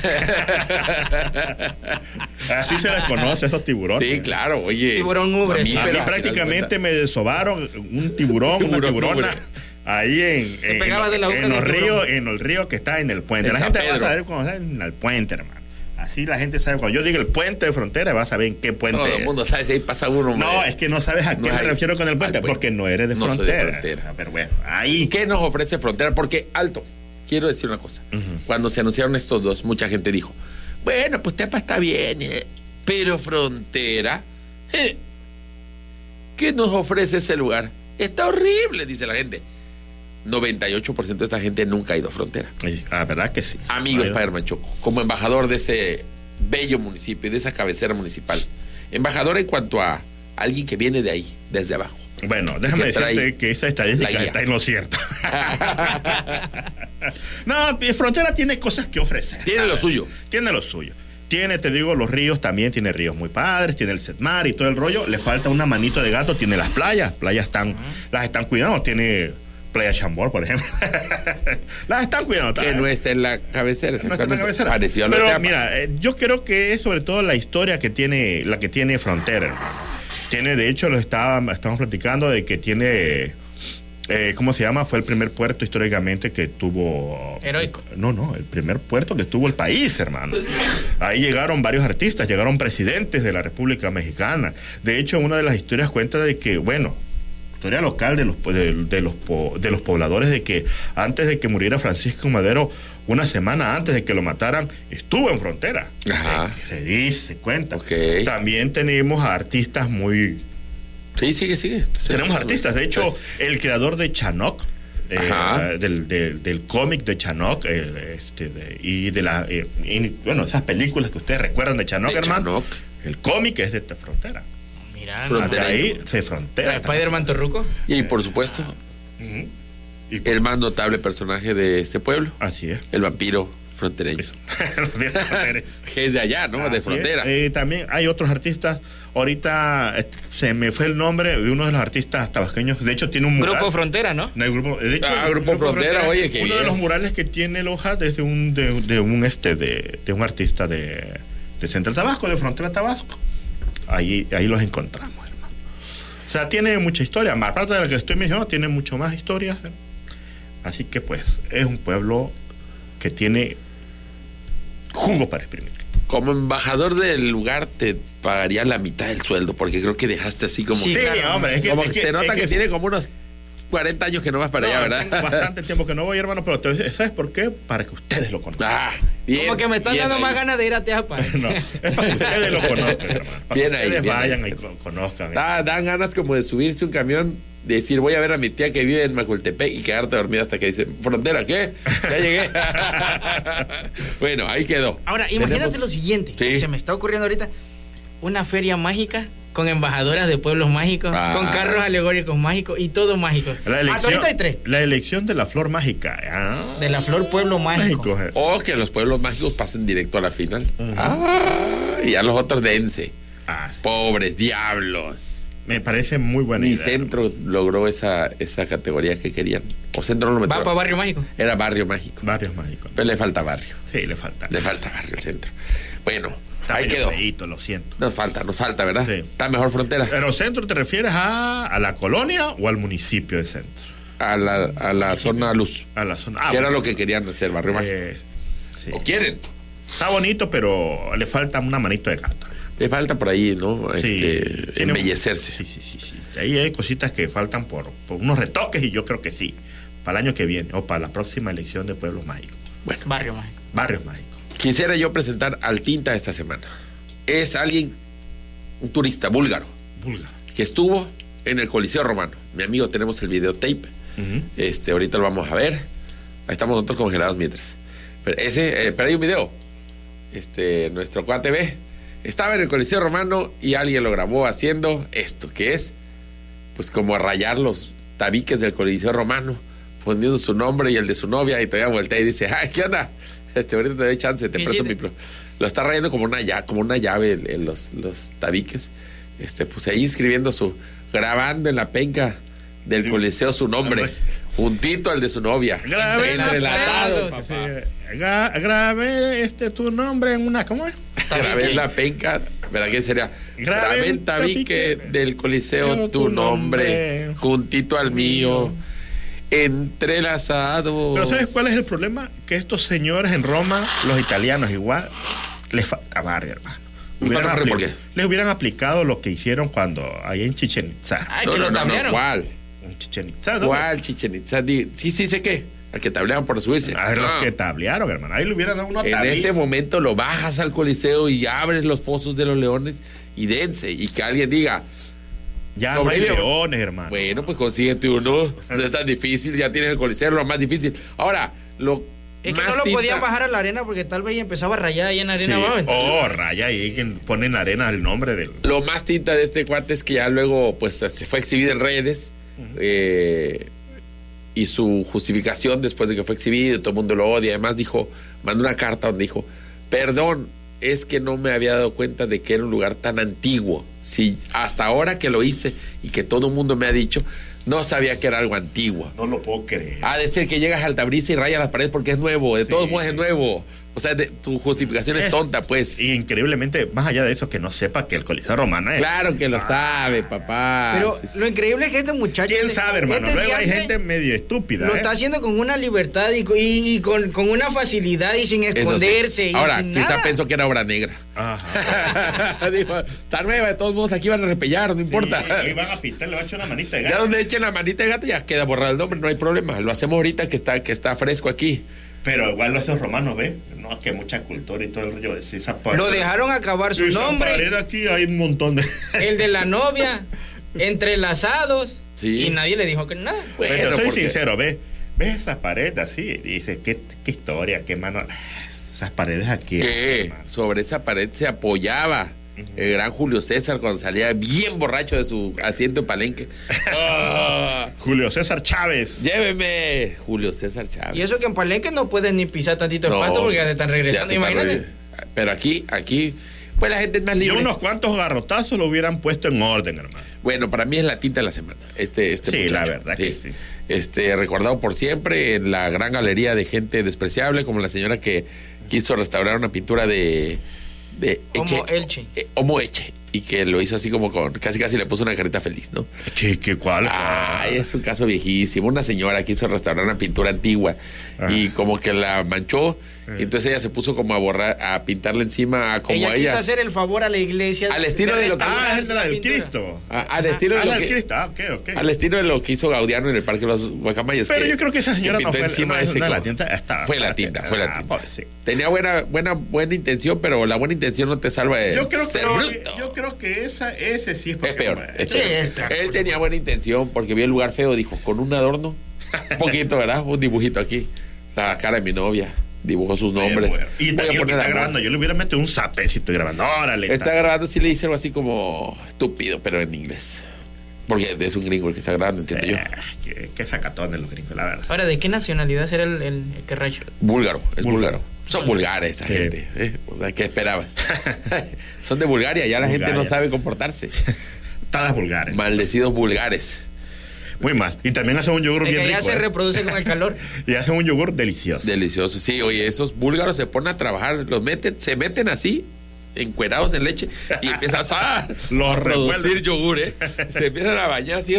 Speaker 5: Así se les conoce a esos tiburones.
Speaker 4: sí claro oye
Speaker 6: Tiburón ubre.
Speaker 5: A mí
Speaker 4: mamífero,
Speaker 5: Ah, prácticamente me desobaron un tiburón, una
Speaker 4: Tiburón,
Speaker 5: tiburona.
Speaker 4: pobre.
Speaker 5: Ahí en, en,
Speaker 6: pegabas de la boca
Speaker 5: en los
Speaker 6: del tiburón.
Speaker 5: ríos, en el río que está en el puente.
Speaker 4: En
Speaker 5: la
Speaker 4: San
Speaker 5: gente va a
Speaker 4: Pedro.
Speaker 5: saber conocer en el puente, hermano. Así la gente sabe. Cuando yo digo el puente de frontera, vas a saber en qué puente.
Speaker 4: Todo el mundo sabe si ahí pasa uno. hombre.
Speaker 5: No, es que no sabes a qué
Speaker 4: No
Speaker 5: me
Speaker 4: hay-
Speaker 5: refiero con el puente,
Speaker 4: al puente.
Speaker 5: porque no eres de
Speaker 4: No soy de
Speaker 5: frontera.
Speaker 4: frontera.
Speaker 5: A ver, bueno,
Speaker 4: ¿Y
Speaker 5: ahí.
Speaker 4: qué nos ofrece Frontera? Porque, alto, quiero decir una cosa. Cuando se anunciaron estos dos, mucha gente dijo, bueno, pues Tepa está bien, eh, pero Frontera, eh, ¿qué nos ofrece ese lugar? Está horrible, dice la gente. 98% de esta gente nunca ha ido a Frontera.
Speaker 5: Ay, La verdad que sí.
Speaker 4: Amigo
Speaker 5: Ay,
Speaker 4: Spider-Man Choco, como embajador de ese bello municipio, y de esa cabecera municipal. Embajador en cuanto a alguien que viene de ahí, desde abajo.
Speaker 5: Bueno, déjame
Speaker 4: Que trae
Speaker 5: decirte que esa
Speaker 4: la
Speaker 5: estadística
Speaker 4: guía.
Speaker 5: está en lo cierto. no, eh, Frontera tiene cosas que ofrecer.
Speaker 4: Tiene lo
Speaker 5: ¿sabes?
Speaker 4: suyo.
Speaker 5: Tiene lo suyo. Tiene, te digo, los ríos también, tiene ríos muy padres, tiene el Setmar y todo el rollo. Le falta una manito de gato, tiene las playas. Playas están, las están cuidando, tiene Playa Chambor, por ejemplo. las están cuidando
Speaker 4: Que
Speaker 5: también.
Speaker 4: no está en la cabecera,
Speaker 5: No está en la
Speaker 4: exactamente.
Speaker 5: cabecera.
Speaker 4: Parecido a lo
Speaker 5: Pero
Speaker 4: de Teapa.
Speaker 5: mira, eh, yo creo que es sobre todo la historia que tiene, la que tiene Frontera, hermano. Tiene, de hecho, lo está, estamos platicando de que tiene. eh, ¿Cómo se llama? Fue el primer puerto históricamente que tuvo.
Speaker 6: Heroico.
Speaker 5: No, no, el primer puerto que tuvo el país, hermano. Ahí llegaron varios artistas, llegaron presidentes de la República Mexicana. De hecho, una de las historias cuenta de que, bueno, historia local de los, po- de, de los, po- de los pobladores de que antes de que muriera Francisco Madero, una semana antes de que lo mataran, estuvo en frontera.
Speaker 4: Ajá.
Speaker 5: Se, se dice, se cuenta.
Speaker 4: Ok.
Speaker 5: También tenemos a artistas muy...
Speaker 4: Sí, sigue, sigue. Entonces,
Speaker 5: tenemos
Speaker 4: sí,
Speaker 5: artistas, de hecho, el creador de Chanok. eh,
Speaker 4: Ajá.
Speaker 5: del del, del cómic de Chanok el, este, de- y de la eh, y, bueno esas películas que ustedes recuerdan de Chanok
Speaker 4: De
Speaker 5: hermano
Speaker 4: Chanoc.
Speaker 5: el cómic es de esta frontera
Speaker 6: Mira,
Speaker 4: Frontera.
Speaker 5: de ahí se frontera
Speaker 6: Spider-Man Torruco.
Speaker 4: Y por supuesto,
Speaker 5: Y-
Speaker 4: el más notable personaje de este pueblo,
Speaker 5: así es
Speaker 4: el vampiro frontereño. que es de allá, ¿no?
Speaker 5: Así
Speaker 4: de
Speaker 5: es.
Speaker 4: frontera.
Speaker 5: Eh, también hay otros artistas. Ahorita eh, se me fue el nombre de uno de los artistas tabasqueños. De hecho, tiene un mural.
Speaker 6: Grupo Frontera, ¿no?
Speaker 5: No, el grupo, de hecho,
Speaker 4: Ah,
Speaker 5: el
Speaker 4: Grupo Frontera, oye, qué
Speaker 5: Uno de
Speaker 4: bien.
Speaker 5: los murales que tiene Loja es de un, de, de un, este, de, de un artista de, de Central Tabasco, de Frontera Tabasco. Ahí, ahí los encontramos, hermano. O sea, tiene mucha historia. Más aparte de la que estoy mencionando, tiene mucho más historias. Así que, pues, es un pueblo que tiene jugo para exprimir.
Speaker 4: Como embajador del lugar te pagaría la mitad del sueldo, porque creo que dejaste así como...
Speaker 6: Sí,
Speaker 4: que,
Speaker 6: claro.
Speaker 5: hombre,
Speaker 4: como que se
Speaker 5: es
Speaker 4: nota que,
Speaker 5: es-
Speaker 4: tiene como unos 40 años que no vas para
Speaker 5: No,
Speaker 4: allá,
Speaker 5: tengo
Speaker 4: ¿verdad?
Speaker 5: bastante tiempo que no voy, hermano, pero te- ¿sabes por qué? Para que ustedes lo conozcan.
Speaker 4: Ah, bien,
Speaker 6: Como que me están
Speaker 4: bien
Speaker 6: dando
Speaker 4: ahí.
Speaker 6: más ganas de ir a Teapa.
Speaker 5: No, es para que ustedes lo conozcan, hermano. Para
Speaker 4: Bien
Speaker 5: que
Speaker 4: ahí,
Speaker 5: ustedes
Speaker 4: bien
Speaker 5: vayan
Speaker 4: ahí. Ah,
Speaker 5: y co- conozcan.
Speaker 4: Da- dan ganas como de subirse un camión, decir voy a ver a mi tía que vive en Macultepec y quedarte dormida hasta que dicen, frontera, ¿qué? Ya llegué. bueno, ahí quedó.
Speaker 6: Ahora, imagínate
Speaker 4: Tenemos-
Speaker 6: lo siguiente.
Speaker 4: Sí.
Speaker 6: Se me está ocurriendo ahorita una feria mágica con embajadoras de pueblos mágicos,
Speaker 4: Ah.
Speaker 6: con carros alegóricos mágicos y todo mágico.
Speaker 5: La
Speaker 6: Hasta ahorita hay tres.
Speaker 5: elección, la elección de la flor mágica. Ah,
Speaker 6: De la flor pueblo mágico.
Speaker 5: mágico. eh.
Speaker 4: O que los pueblos mágicos pasen directo a la final. Ah, y a los otros dense. oh.
Speaker 5: Ah, sí.
Speaker 4: Pobres diablos.
Speaker 5: Me parece muy buena
Speaker 4: Ni
Speaker 5: idea.
Speaker 4: Centro logró esa, esa categoría que querían. O Centro no lo
Speaker 6: Va
Speaker 4: metió.
Speaker 6: para barrio mágico.
Speaker 4: Era barrio mágico.
Speaker 5: Barrios mágicos.
Speaker 4: Pero le falta barrio.
Speaker 5: Sí, le falta.
Speaker 4: Le falta barrio al centro. Bueno,
Speaker 5: Está
Speaker 4: ahí
Speaker 5: medio
Speaker 4: quedó.
Speaker 5: feíto, lo siento.
Speaker 4: Nos falta, nos falta, ¿verdad?
Speaker 5: Sí.
Speaker 4: Está mejor frontera.
Speaker 5: ¿Pero centro te refieres a, a la colonia o al municipio de centro?
Speaker 4: a la, a la zona luz.
Speaker 5: A la zona. ah,
Speaker 4: que era
Speaker 5: bueno,
Speaker 4: lo que querían hacer, Barrio Mágico.
Speaker 5: eh, sí.
Speaker 4: ¿O quieren?
Speaker 5: Está bonito, pero le falta una manito de gato.
Speaker 4: Le falta por ahí, ¿no?
Speaker 5: Sí,
Speaker 4: este,
Speaker 5: tiene-
Speaker 4: embellecerse.
Speaker 5: Sí, sí, sí, sí. Ahí hay cositas que faltan por, por unos retoques y yo creo que sí. Para el año que viene o para la próxima elección de Pueblos Mágicos.
Speaker 6: Barrio mágico.
Speaker 5: Barrios Mágicos.
Speaker 4: Quisiera yo presentar al Tinta esta semana. Es alguien, un turista búlgaro,
Speaker 5: Búlgaro.
Speaker 4: que estuvo en el Coliseo Romano. Mi amigo, tenemos el videotape. Este, ahorita lo vamos a ver. Ahí estamos nosotros congelados mientras. Pero, ese, eh, pero hay un video. Este, nuestro cuate ve. Estaba en el Coliseo Romano y alguien lo grabó haciendo esto, que es, pues como rayar los tabiques del Coliseo Romano, poniendo su nombre y el de su novia y todavía voltea y dice, ah, ¿qué onda? Este, ahorita te doy chance, te
Speaker 6: ¿Qué
Speaker 4: presto
Speaker 6: hiciste?
Speaker 4: mi plo-". Lo está rayando como una llave, como una llave en, en los, los tabiques. Este, pues ahí escribiendo su, grabando en la penca del
Speaker 5: Sí.
Speaker 4: Coliseo su nombre,
Speaker 5: Hombre.
Speaker 4: juntito al de su novia.
Speaker 6: Entrelazados.
Speaker 5: Sí, gra- grabé este, tu nombre en una. ¿Cómo es?
Speaker 4: Grabé en la penca, ¿verdad qué sería?
Speaker 5: Grabé
Speaker 4: Grabé el
Speaker 5: en
Speaker 4: tabique
Speaker 5: tabique
Speaker 4: del Coliseo
Speaker 5: tu
Speaker 4: tu nombre,
Speaker 5: nombre,
Speaker 4: juntito al mío, entrelazado. Pues
Speaker 5: Pero ¿sabes cuál es el problema? Que estos señores en Roma, los italianos igual, les falta barrio, hermano.
Speaker 4: Les falta barrio, ¿por qué?
Speaker 5: Les hubieran aplicado lo que hicieron cuando ahí en Chichen Itza.
Speaker 3: Ay, que lo tablearon.
Speaker 4: ¿Cuál?
Speaker 5: En Chichen Itza, ¿no?
Speaker 4: ¿Cuál, Chichen Itza? Di- Sí, sí, sé qué. Al que tablearon por subirse.
Speaker 5: A los
Speaker 4: No.
Speaker 5: que tablearon, hermano. Ahí le hubieran dado una
Speaker 4: En
Speaker 5: tabliz.
Speaker 4: ese momento lo bajas al coliseo y abres los fosos de los leones y dense. Y que alguien diga,
Speaker 5: Ya no hay
Speaker 4: Sobre-
Speaker 5: leones, hermano.
Speaker 4: bueno, pues consíguete uno. No es tan difícil, ya tienes el coliseo, lo más difícil. Ahora, lo
Speaker 6: Es que
Speaker 4: más
Speaker 6: no lo
Speaker 4: tinta-
Speaker 6: podían bajar a la arena porque tal vez ya empezaba a rayar ahí en la
Speaker 5: Sí.
Speaker 6: arena abajo. entonces-
Speaker 5: Oh, raya ahí que ponen arena el nombre del.
Speaker 4: Lo más tinta de este cuate es que ya luego pues se fue exhibido en redes eh, y su justificación después de que fue exhibido, todo el mundo lo odia. Además dijo, mandó una carta donde dijo, perdón, es que no me había dado cuenta de que era un lugar tan antiguo. Si hasta ahora que lo hice y que todo el mundo me ha dicho, no sabía que era algo antiguo.
Speaker 5: No lo puedo creer.
Speaker 4: Ha de ser que llegas al tabriz y rayas las paredes porque es nuevo, de todos modos es nuevo. O sea, de- tu justificación es
Speaker 6: Eh,
Speaker 5: Es-
Speaker 4: tonta, pues.
Speaker 5: Y increíblemente, más allá de eso, que no sepa que el Coliseo Romano es.
Speaker 4: Claro que lo sabe, papá.
Speaker 6: eh. Ah. Pero
Speaker 4: Oh, ah, Sí, sí.
Speaker 6: lo increíble es que este muchacho.
Speaker 5: ¿Quién
Speaker 6: este-
Speaker 5: sabe, hermano?
Speaker 6: este
Speaker 5: Luego hay
Speaker 6: diantre
Speaker 5: gente medio estúpida.
Speaker 6: Lo
Speaker 5: ¿eh?
Speaker 6: está haciendo con una libertad y, co- y- y con, con una facilidad y sin
Speaker 4: Eso sí.
Speaker 6: esconderse. y
Speaker 4: Ahora,
Speaker 6: sin
Speaker 4: quizá
Speaker 6: nada.
Speaker 4: pensó que era obra negra.
Speaker 5: Ajá.
Speaker 4: Dijo, tan nueva, de todos modos aquí van a repellar, no importa.
Speaker 5: Sí, ahí van a pintar, le van a echar una manita de
Speaker 4: ya
Speaker 5: gato.
Speaker 4: donde echen la manita de gato ya queda borrado el nombre, no hay problema. Lo hacemos ahorita que está, que está fresco aquí.
Speaker 5: Pero igual esos romanos, ¿ven? No, es que mucha cultura y todo el rollo de esa parte.
Speaker 6: Lo dejaron acabar su
Speaker 5: Sí, esa
Speaker 6: nombre,
Speaker 5: pared aquí hay un montón de.
Speaker 6: el de la novia, entrelazados.
Speaker 4: Sí. Pues,
Speaker 6: Y nadie le dijo que nada.
Speaker 4: Bueno,
Speaker 5: Pero soy
Speaker 4: porque-
Speaker 5: sincero, ¿ves? ¿Ves esa pared así? Y dices, ¿qué, qué historia, qué mano. Esas paredes aquí.
Speaker 4: Que
Speaker 5: hermano.
Speaker 4: sobre esa pared se apoyaba el gran Julio César cuando salía bien borracho de su asiento en palenque. Ah,
Speaker 5: Julio César Chávez.
Speaker 4: lléveme, Julio César Chávez.
Speaker 6: Y eso que en Palenque no pueden ni pisar tantito el
Speaker 4: No,
Speaker 6: pasto porque ya te están
Speaker 4: ya
Speaker 6: regresando.
Speaker 4: te están
Speaker 6: imagínate.
Speaker 4: regresando. Pero aquí, aquí, pues la gente es más
Speaker 5: Y
Speaker 4: libre.
Speaker 5: unos cuantos garrotazos lo hubieran puesto en orden, hermano.
Speaker 4: Bueno, para mí es la tinta de la semana. Este, este
Speaker 5: Sí,
Speaker 4: muchacho.
Speaker 5: la verdad que sí.
Speaker 4: Este, recordado por siempre en la gran galería de gente despreciable, como la señora que quiso restaurar una pintura de. de
Speaker 6: Homo Elche.
Speaker 4: eh, Homo Eche. Y que lo hizo así como con. casi casi le puso una carita feliz, ¿no?
Speaker 5: ¿Qué, qué cuál? Ah,
Speaker 4: Ay, es un caso viejísimo. Una señora quiso restaurar una pintura antigua
Speaker 5: Ah.
Speaker 4: y como que la manchó.
Speaker 5: Eh.
Speaker 4: Y entonces ella se puso como a borrar, a pintarle encima a como
Speaker 6: ella,
Speaker 4: ella.
Speaker 6: quiso hacer el favor a la iglesia.
Speaker 4: Al estilo de lo que-
Speaker 5: Ah,
Speaker 6: restaurar
Speaker 5: es la
Speaker 6: esa
Speaker 5: del
Speaker 6: pintura.
Speaker 5: Cristo.
Speaker 4: A- al estilo de
Speaker 5: Ah,
Speaker 4: lo
Speaker 5: la del
Speaker 4: que-
Speaker 5: Cristo. Ah, ok, ok.
Speaker 4: Al estilo de lo que hizo Gaudiano en el Parque de los Guacamayos.
Speaker 5: Pero yo creo que esa señora
Speaker 4: que
Speaker 5: no
Speaker 4: pintó
Speaker 5: fue
Speaker 4: encima
Speaker 5: no,
Speaker 4: de
Speaker 5: es
Speaker 4: ese
Speaker 5: una de la
Speaker 4: como-
Speaker 5: tinta. Está,
Speaker 4: Fue la tinta, fue la
Speaker 5: Ah,
Speaker 4: tinta.
Speaker 5: pobrecito.
Speaker 4: Tenía buena, buena, buena intención, pero la buena intención no te salva de
Speaker 5: Yo creo, que,
Speaker 4: ser bruto.
Speaker 5: yo creo que esa, ese sí es,
Speaker 4: es peor.
Speaker 5: porque-
Speaker 4: es peor. Él tenía buena intención porque vio el lugar feo, dijo, con un adorno, un poquito, ¿verdad? Un dibujito aquí. La cara de mi novia. Dibujó sus nombres.
Speaker 5: Bueno, Y
Speaker 4: Voy a
Speaker 5: también el que
Speaker 4: poner
Speaker 5: está
Speaker 4: amor.
Speaker 5: grabando, yo le hubiera metido un sapecito y grabando. Órale.
Speaker 4: Está
Speaker 5: tal.
Speaker 4: grabando, sí le hice algo así como estúpido, pero en inglés. Porque es un gringo el que está grabando, entiendo yo.
Speaker 5: Eh, qué, qué sacatones los gringos, la verdad.
Speaker 6: Ahora, ¿de qué nacionalidad será el, el, el que raya?
Speaker 4: Búlgaro, es
Speaker 5: Búlgaro.
Speaker 4: búlgaro. Son vulgares esa
Speaker 5: Sí.
Speaker 4: gente. ¿eh? O sea, ¿qué esperabas? Son de Bulgaria, ya la gente no
Speaker 5: Bulgaria.
Speaker 4: sabe comportarse.
Speaker 5: Todas vulgares.
Speaker 4: Maldecidos vulgares.
Speaker 5: Muy mal. Y también hacen un yogur
Speaker 6: El
Speaker 5: bien
Speaker 6: que ya
Speaker 5: rico.
Speaker 6: se
Speaker 5: eh.
Speaker 6: reproduce con el calor.
Speaker 5: Y hacen un yogur delicioso.
Speaker 4: Deliciosos. Sí, oye, esos búlgaros se ponen a trabajar, los meten, se meten así, encuerados en leche, y empiezan a,
Speaker 5: Los
Speaker 4: a producir
Speaker 5: revuelven.
Speaker 4: yogur, ¿eh? Se empiezan a bañar así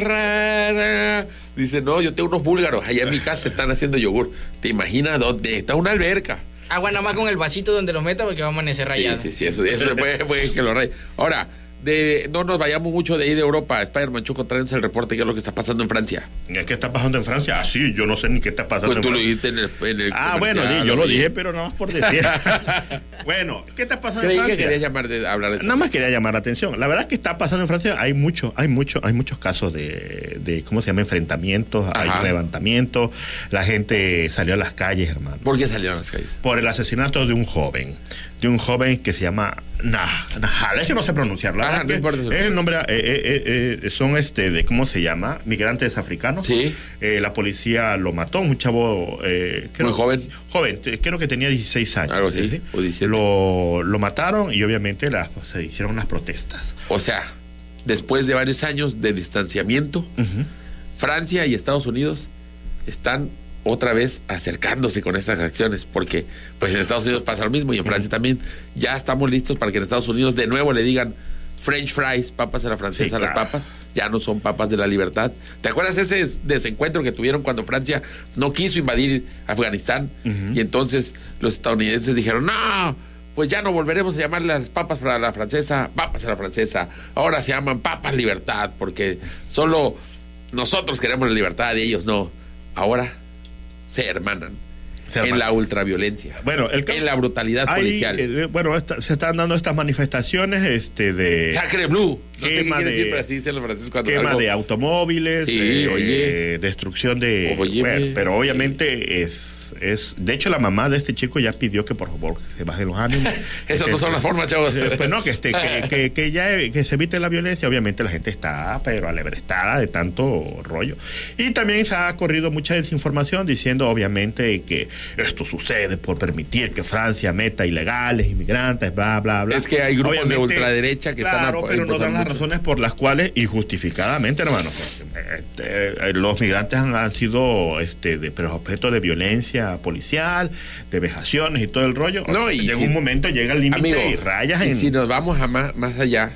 Speaker 4: rara. Dicen, no, yo tengo unos búlgaros, allá en mi casa están haciendo yogur. ¿Te imaginas dónde? Está una alberca.
Speaker 6: Agua Ah, nada más con el vasito donde lo meta porque va a amanecer rayado.
Speaker 4: Sí, sí, sí, eso, eso puede, puede que lo rey. Ahora, de, no nos vayamos mucho de ahí de Europa. Spider-Man Choco, tráenos el reporte, qué es lo que está pasando en Francia.
Speaker 5: ¿Qué está pasando en Francia? Ah, sí, yo no sé ni qué está pasando
Speaker 4: Pues
Speaker 5: en
Speaker 4: tú lo
Speaker 5: Francia.
Speaker 4: dijiste en el. en el
Speaker 5: Ah, bueno,
Speaker 4: comercial,
Speaker 5: sí, yo lo
Speaker 4: oye.
Speaker 5: dije, pero nada más por decir. bueno, ¿qué está pasando en
Speaker 4: Creí que
Speaker 5: Francia?
Speaker 4: querías llamar de, hablar de eso.
Speaker 5: Nada más quería llamar la atención. La verdad es que está pasando en Francia, hay mucho, hay mucho, hay muchos casos de, de ¿cómo se llama? enfrentamientos,
Speaker 4: Ajá.
Speaker 5: hay levantamientos, la gente salió a las calles, hermano.
Speaker 4: ¿Por qué salieron las calles?
Speaker 5: Por el asesinato de un joven, de un joven que se llama Nah- Nahal, es que no sé pronunciarlo.
Speaker 4: Ajá, Ah, no importa eso.
Speaker 5: Es el nombre, eh, eh, eh, eh, son este, de, ¿cómo se llama? Migrantes africanos.
Speaker 4: Sí.
Speaker 5: Eh, la policía lo mató, un chavo. eh, creo-
Speaker 4: Muy joven.
Speaker 5: Joven, te- creo que tenía 16 años.
Speaker 4: Algo así, o 17.
Speaker 5: Lo, lo mataron y obviamente las, pues, se hicieron unas protestas.
Speaker 4: O sea, después de varios años de distanciamiento, Francia y Estados Unidos están otra vez acercándose con estas acciones, porque pues en Estados Unidos pasa lo mismo y en Francia también. Ya estamos listos para que en Estados Unidos de nuevo le digan French fries, papas a la francesa,
Speaker 5: Sí,
Speaker 4: las
Speaker 5: claro.
Speaker 4: papas, ya no son papas de la libertad. ¿Te acuerdas ese des- desencuentro que tuvieron cuando Francia no quiso invadir Afganistán? Y entonces los estadounidenses dijeron, no, pues ya no volveremos a llamar las papas para la francesa, papas a la francesa. Ahora se llaman papas libertad, porque solo nosotros queremos la libertad y ellos no. Ahora se hermanan.
Speaker 5: Se
Speaker 4: En
Speaker 5: hermanan.
Speaker 4: la ultraviolencia.
Speaker 5: Bueno, el ca-
Speaker 4: en la brutalidad
Speaker 5: Hay,
Speaker 4: policial.
Speaker 5: eh, bueno, esta- se están dando estas manifestaciones este, de
Speaker 4: Sacre Blue. No sé qué
Speaker 5: quema
Speaker 4: quiere
Speaker 5: de-
Speaker 4: decir, pero así dicen los franceses cuando
Speaker 5: quema
Speaker 4: algo-
Speaker 5: de automóviles,
Speaker 4: Sí,
Speaker 5: eh,
Speaker 4: oye.
Speaker 5: destrucción de...
Speaker 4: Oye,
Speaker 5: bueno,
Speaker 4: pues,
Speaker 5: pero
Speaker 4: sí.
Speaker 5: obviamente es, es... De hecho, la mamá de este chico ya pidió que por favor se bajen los ánimos.
Speaker 4: Esas no
Speaker 5: Que-
Speaker 4: son las formas, chavos.
Speaker 5: Eh, Pues no, que, este, que, que- que ya eh, que se evite la violencia. Obviamente la gente está, pero alebrestada de tanto rollo. Y también se ha corrido mucha desinformación diciendo, obviamente, que esto sucede por permitir que Francia meta ilegales, inmigrantes, bla, bla, bla.
Speaker 4: Es que hay grupos de
Speaker 5: Obviamente,
Speaker 4: ultraderecha que están
Speaker 5: Claro,
Speaker 4: apo-
Speaker 5: pero no dan
Speaker 4: impulsando
Speaker 5: las
Speaker 4: mucho.
Speaker 5: razones por las cuales, y justificadamente, hermano, este, eh, los migrantes han, han sido este, de, pero objeto de violencia policial, de vejaciones y todo el rollo.
Speaker 4: No, y
Speaker 5: Llega
Speaker 4: si-
Speaker 5: un momento, llega el límite
Speaker 4: Amigo,
Speaker 5: y rayas
Speaker 4: y
Speaker 5: en...
Speaker 4: si nos vamos a más, más allá,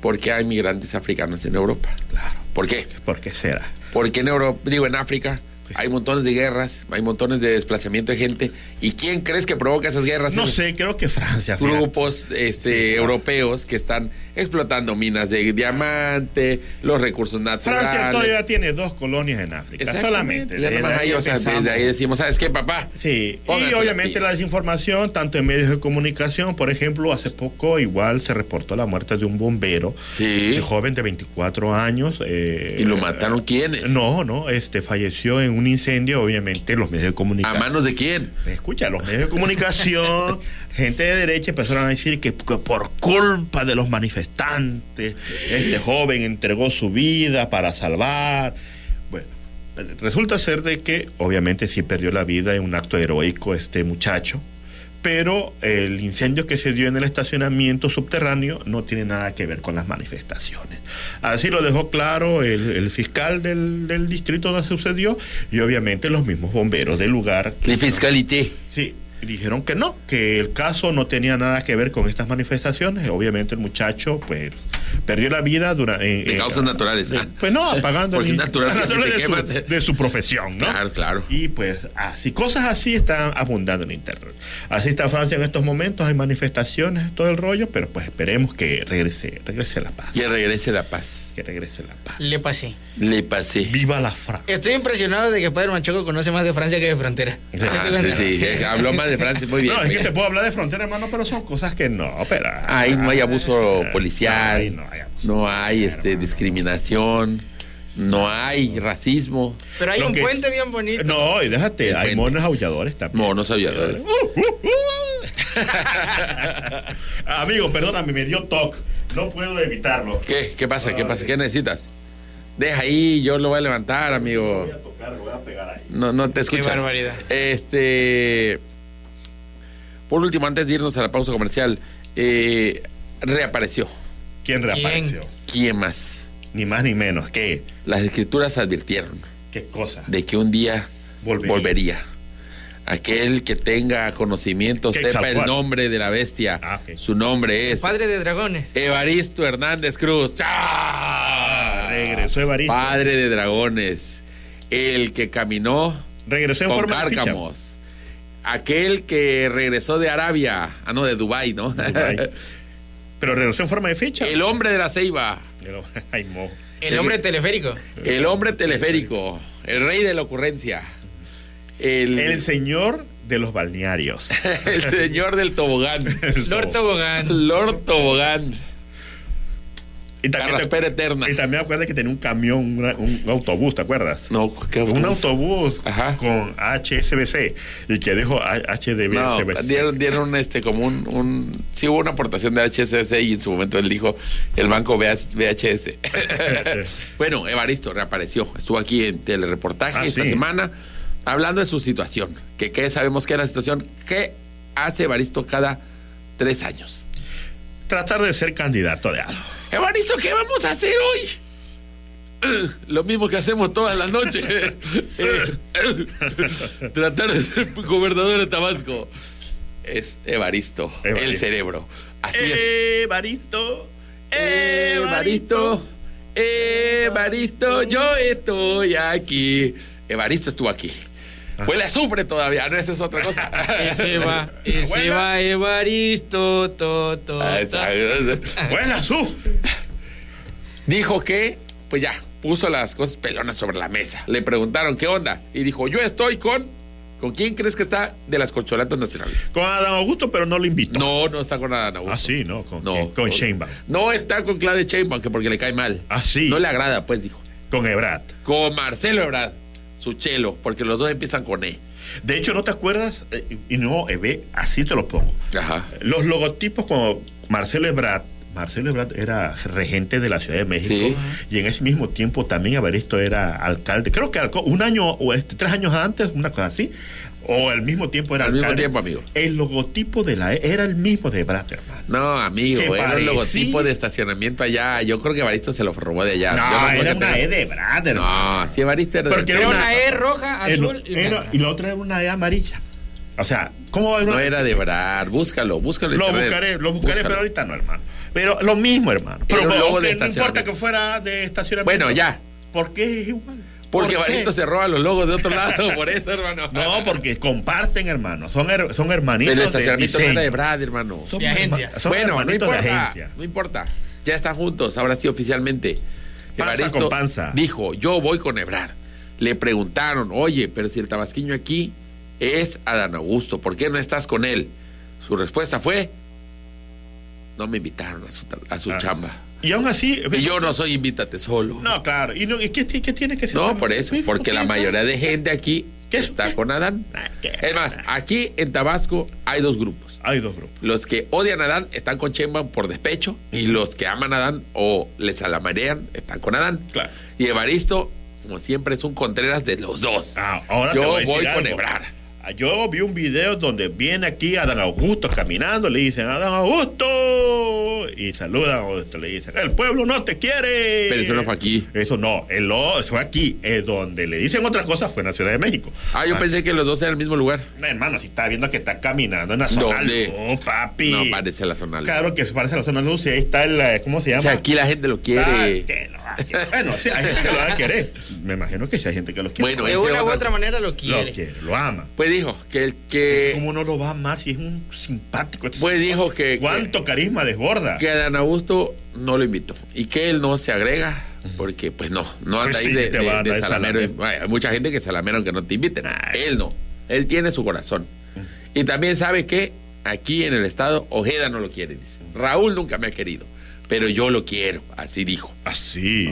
Speaker 4: ¿por qué hay migrantes africanos en Europa?
Speaker 5: Claro.
Speaker 4: ¿Por qué?
Speaker 5: ¿Por qué será?
Speaker 4: Porque en Europa, digo, en África
Speaker 5: Pues
Speaker 4: hay montones de guerras, hay montones de desplazamiento de gente. ¿Y quién crees que provoca esas guerras?
Speaker 5: No
Speaker 4: Esos
Speaker 5: sé, creo que Francia. fíjate.
Speaker 4: Grupos este, europeos que están explotando minas de diamante, los recursos naturales.
Speaker 5: Francia todavía tiene dos colonias en África, solamente.
Speaker 4: Exactamente. Ya
Speaker 5: Desde
Speaker 4: nomás
Speaker 5: ahí
Speaker 4: ahí, o sea,
Speaker 5: empezamos.
Speaker 4: desde ahí decimos, ¿sabes qué, papá?
Speaker 5: Sí,
Speaker 4: Pónganse
Speaker 5: y
Speaker 4: las
Speaker 5: obviamente la
Speaker 4: pilas.
Speaker 5: desinformación, tanto en medios de comunicación, por ejemplo, hace poco igual se reportó la muerte de un bombero,
Speaker 4: Sí.
Speaker 5: de joven de 24 años. eh,
Speaker 4: ¿Y lo mataron quiénes?
Speaker 5: No, no, este falleció en un incendio, obviamente, los medios de
Speaker 4: ¿A
Speaker 5: comunicación.
Speaker 4: manos de quién?
Speaker 5: Escucha, los medios de comunicación, gente de derecha empezaron a decir que, que por culpa de los manifestantes, este joven entregó su vida para salvar. Bueno, resulta ser de que obviamente sí perdió la vida en un acto heroico este muchacho, pero el incendio que se dio en el estacionamiento subterráneo no tiene nada que ver con las manifestaciones. Así lo dejó claro el, el fiscal del, del distrito donde sucedió y obviamente los mismos bomberos del lugar.
Speaker 4: La fiscalité.
Speaker 5: Sí, y dijeron que no, que el caso no tenía nada que ver con estas manifestaciones. Obviamente el muchacho, pues, perdió la vida durante...
Speaker 4: De causas naturales.
Speaker 5: Pues no, apagando
Speaker 4: Porque
Speaker 5: el-
Speaker 4: es natural que se te
Speaker 5: de,
Speaker 4: quema,
Speaker 5: su,
Speaker 4: te-
Speaker 5: de su profesión, ¿no?
Speaker 4: Claro, claro.
Speaker 5: Y pues así, cosas así están abundando en Internet. Así está Francia en estos momentos, hay manifestaciones, todo el rollo, pero pues esperemos que regrese, regrese la paz.
Speaker 4: Que regrese la paz.
Speaker 5: Que regrese la paz.
Speaker 6: Le pasé.
Speaker 4: Le pasé.
Speaker 5: Viva la Francia.
Speaker 6: Estoy impresionado de que Pedro Manchoco conoce más de Francia que de frontera.
Speaker 4: Ah, sí, sí, eh, habló más de Francia, muy bien.
Speaker 5: No, es que te puedo hablar de frontera, hermano, pero son cosas que no, pero...
Speaker 4: Ahí no hay
Speaker 5: Ah,
Speaker 4: abuso policial,
Speaker 5: Ahí no hay abuso
Speaker 4: no hay
Speaker 5: policial,
Speaker 4: este,
Speaker 5: hermano.
Speaker 4: discriminación, no hay racismo,
Speaker 6: Pero hay
Speaker 5: Lo
Speaker 6: un
Speaker 5: que-
Speaker 6: puente bien bonito.
Speaker 5: No, y déjate,
Speaker 4: El
Speaker 5: hay
Speaker 4: puente.
Speaker 5: monos aulladores también.
Speaker 4: monos aviadores.
Speaker 5: Amigo, perdóname, me dio toque. No puedo evitarlo.
Speaker 4: ¿Qué? ¿Qué pasa? ¿Qué pasa? ¿Qué necesitas? Deja ahí, yo lo voy a levantar, amigo.
Speaker 5: Voy a tocar, lo voy a pegar ahí.
Speaker 4: No, no te escuchas.
Speaker 6: barbaridad.
Speaker 4: Este. Por último, antes de irnos a la pausa comercial, eh, reapareció.
Speaker 5: ¿Quién reapareció?
Speaker 4: ¿Quién más?
Speaker 5: Ni más ni menos. ¿Qué?
Speaker 4: Las escrituras advirtieron
Speaker 5: ¿Qué cosa?
Speaker 4: de que un día
Speaker 5: Volvería.
Speaker 4: volvería. Aquel que tenga conocimiento,
Speaker 5: Que
Speaker 4: sepa
Speaker 5: exaltó.
Speaker 4: el nombre de la bestia.
Speaker 5: Ah, ok.
Speaker 4: Su nombre es
Speaker 6: Padre de dragones.
Speaker 4: Evaristo Hernández Cruz. ¡Ah!
Speaker 5: Regresó Evaristo.
Speaker 4: Padre de dragones. El que caminó
Speaker 5: Regresó en
Speaker 4: con
Speaker 5: forma de ficha.
Speaker 4: Cárcamos. Aquel que regresó de Arabia. Ah, no, de Dubái, ¿no?
Speaker 5: Dubái. Pero regresó en forma de ficha.
Speaker 4: el hombre de la ceiba.
Speaker 5: Pero- Ay, mo.
Speaker 6: El hombre teleférico.
Speaker 4: El hombre teleférico. El rey de la ocurrencia. El,
Speaker 5: El señor de los balnearios.
Speaker 4: el señor del tobogán.
Speaker 6: Lord Tobogán.
Speaker 4: Lord Tobogán.
Speaker 5: Y también,
Speaker 4: Carraspera eterna.
Speaker 5: y también acuérdate que tenía un camión, una- un autobús, ¿te acuerdas?
Speaker 4: No, qué
Speaker 5: Un autobús
Speaker 4: Ajá.
Speaker 5: con HSBC y que dijo
Speaker 4: No,
Speaker 5: HDBCBC.
Speaker 4: dieron, dieron este como un, un sí hubo una aportación de HSS y en su momento él dijo el banco VHS. bueno, Evaristo reapareció, estuvo aquí en telereportaje
Speaker 5: Ah,
Speaker 4: esta
Speaker 5: sí.
Speaker 4: semana hablando de su situación, que qué sabemos que era la situación, qué hace Evaristo cada tres años.
Speaker 5: Tratar de ser candidato de algo.
Speaker 4: Evaristo, ¿qué vamos a hacer hoy? Eh, Lo mismo que hacemos todas las noches. Eh, Tratar de ser gobernador de Tabasco. Es Evaristo,
Speaker 5: Evaristo.
Speaker 4: el cerebro. Así
Speaker 5: Evaristo.
Speaker 4: es. Eh, Evaristo, Evaristo, yo estoy aquí. Evaristo estuvo aquí. Huele a azufre todavía, no, esa es otra cosa.
Speaker 6: Ese va, ese
Speaker 5: Buena.
Speaker 6: va Evaristo, to, to,
Speaker 4: Ah,
Speaker 6: ta.
Speaker 4: esa-
Speaker 5: Buena, suf.
Speaker 4: Dijo que, pues ya, puso las cosas pelonas sobre la mesa. Le preguntaron qué onda. Y dijo, yo estoy con. ¿Con quién crees que está de las corcholatas nacionales?
Speaker 5: Con Adán Augusto, pero no lo invitó.
Speaker 4: No, no está con Adán Augusto.
Speaker 5: Ah, sí, no, con,
Speaker 4: No.
Speaker 5: quién? con Sheinbaum.
Speaker 4: No está con Claudia Sheinbaum, que porque le cae mal.
Speaker 5: Ah, sí.
Speaker 4: No le agrada, pues, dijo.
Speaker 5: Con Ebrat.
Speaker 4: Con Marcelo Ebrard, su chelo, porque los dos empiezan con E.
Speaker 5: De hecho, ¿no te acuerdas? Eh, Y no, eh, ve, así te lo pongo.
Speaker 4: Ajá.
Speaker 5: Los logotipos como Marcelo Ebrard. Marcelo Ebrard era regente de la Ciudad de México
Speaker 4: Sí.
Speaker 5: y en ese mismo tiempo también Evaristo era alcalde. Creo que alco- un año o este, tres años antes, una cosa así, o al mismo tiempo era
Speaker 4: Al mismo
Speaker 5: alcalde.
Speaker 4: tiempo, amigo.
Speaker 5: El logotipo de la E era el mismo de Ebrard, hermano.
Speaker 4: No, amigo,
Speaker 5: Se
Speaker 4: era un
Speaker 5: parecía.
Speaker 4: logotipo de estacionamiento allá. Yo creo que Evaristo se lo robó de allá.
Speaker 5: No,
Speaker 4: Yo creo
Speaker 5: era
Speaker 4: que
Speaker 5: una
Speaker 4: tenga-
Speaker 5: E de Ebrard, hermano.
Speaker 4: No, sí, Evaristo era de-
Speaker 5: Porque
Speaker 6: Era
Speaker 5: era
Speaker 6: una
Speaker 5: una-
Speaker 6: E roja,
Speaker 5: Eh, no,
Speaker 6: azul y
Speaker 5: era-
Speaker 6: blanca.
Speaker 5: y la otra era una E amarilla. O sea, ¿cómo va a haber
Speaker 4: No
Speaker 5: una- E?
Speaker 4: era de Ebrard. Búscalo, búscalo. en
Speaker 5: Lo
Speaker 4: internet.
Speaker 5: buscaré, lo buscaré,
Speaker 4: Búscalo.
Speaker 5: pero ahorita no, hermano. Pero lo mismo, hermano.
Speaker 4: Era
Speaker 5: Pero
Speaker 4: un logo de
Speaker 5: aunque no
Speaker 4: estacionamiento.
Speaker 5: importa que fuera de estacionamiento.
Speaker 4: Bueno, ya.
Speaker 5: ¿Por qué es igual?
Speaker 4: Porque
Speaker 5: ¿Por qué?
Speaker 4: Evaristo se roba los logos de otro lado, por eso, hermano.
Speaker 5: No, porque comparten, hermano. Son, her- son hermanitos
Speaker 4: El
Speaker 5: de
Speaker 4: estacionamiento no
Speaker 5: diseño.
Speaker 4: era de Ebrard, hermano.
Speaker 5: Son
Speaker 6: De
Speaker 5: herma-
Speaker 6: agencia.
Speaker 5: son
Speaker 4: bueno, no
Speaker 5: hermanitos
Speaker 4: importa.
Speaker 5: de agencia.
Speaker 4: No importa. Ya están juntos, ahora sí oficialmente.
Speaker 5: Panza con panza.
Speaker 4: dijo, yo voy con Ebrard. Le preguntaron, oye, pero si el tabasquiño aquí es Adán Augusto, ¿por qué no estás con él? Su respuesta fue, no me invitaron a su, tra- a su
Speaker 5: Ah.
Speaker 4: chamba.
Speaker 5: Y aún así...
Speaker 4: Y yo no soy invítate solo. No,
Speaker 5: No, claro. ¿Y, no, y qué, ti- qué tiene que ser?
Speaker 4: por eso,
Speaker 5: ¿Por
Speaker 4: porque
Speaker 5: qué
Speaker 4: la
Speaker 5: no?
Speaker 4: mayoría de gente aquí
Speaker 5: ¿Qué?
Speaker 4: está con Adán.
Speaker 5: Ah, qué-
Speaker 4: Es más, aquí en Tabasco hay dos grupos.
Speaker 5: Hay dos grupos.
Speaker 4: Los que odian a Adán están con Sheinbaum por despecho y los que aman a Adán o les alamarean están con Adán.
Speaker 5: Claro.
Speaker 4: Y Evaristo, como siempre, es un Contreras de los dos.
Speaker 5: Ah, ahora
Speaker 4: Yo
Speaker 5: te voy, a decir
Speaker 4: con
Speaker 5: algo.
Speaker 4: Ebrard.
Speaker 5: Ah, Yo vi un video donde viene aquí Adán Augusto caminando, le dicen Adán Augusto y saludan a Augusto, le dicen el pueblo no te quiere.
Speaker 4: Pero eso no fue aquí.
Speaker 5: Eso no, el- eso fue aquí, es donde le dicen otras cosas fue en la Ciudad de México.
Speaker 4: Ah, yo pensé que los dos eran el mismo lugar.
Speaker 5: No, hermano, si está viendo que está caminando en la zona
Speaker 4: ¿Dónde?
Speaker 5: no, papi.
Speaker 4: No parece la zona.
Speaker 5: Claro que se parece a la zona luz y ahí está el, eh, ¿cómo se
Speaker 4: o
Speaker 5: llama?
Speaker 4: sea, aquí la gente lo
Speaker 5: Ah,
Speaker 4: quiere.
Speaker 5: que lo va a querer. bueno, sí, hay gente que lo va a querer. Me imagino que sí hay gente que los quiere.
Speaker 4: Bueno,
Speaker 6: De
Speaker 4: ese
Speaker 6: una u
Speaker 4: otro-
Speaker 6: otra manera lo
Speaker 5: lo
Speaker 6: quiere.
Speaker 5: quiere, lo ama.
Speaker 4: Pues dijo que el que,
Speaker 5: ¿Cómo no lo va a amar si es un simpático? Este
Speaker 4: Pues
Speaker 5: señor,
Speaker 4: dijo que-
Speaker 5: ¿Cuánto carisma desborda?
Speaker 4: que Adán Augusto no lo invitó y que él no se agrega porque, pues no, no anda
Speaker 5: Pues sí,
Speaker 4: ahí de,
Speaker 5: te
Speaker 4: de-
Speaker 5: va a
Speaker 4: de
Speaker 5: andar de
Speaker 4: salamero.
Speaker 5: salamero.
Speaker 4: Ay, Hay mucha gente que salamero que no te inviten. Él no. Él tiene su corazón. Y también sabe que aquí en el estado Ojeda no lo quiere, dice. Raúl nunca me ha querido, pero yo lo quiero, así dijo.
Speaker 5: Ah, Así.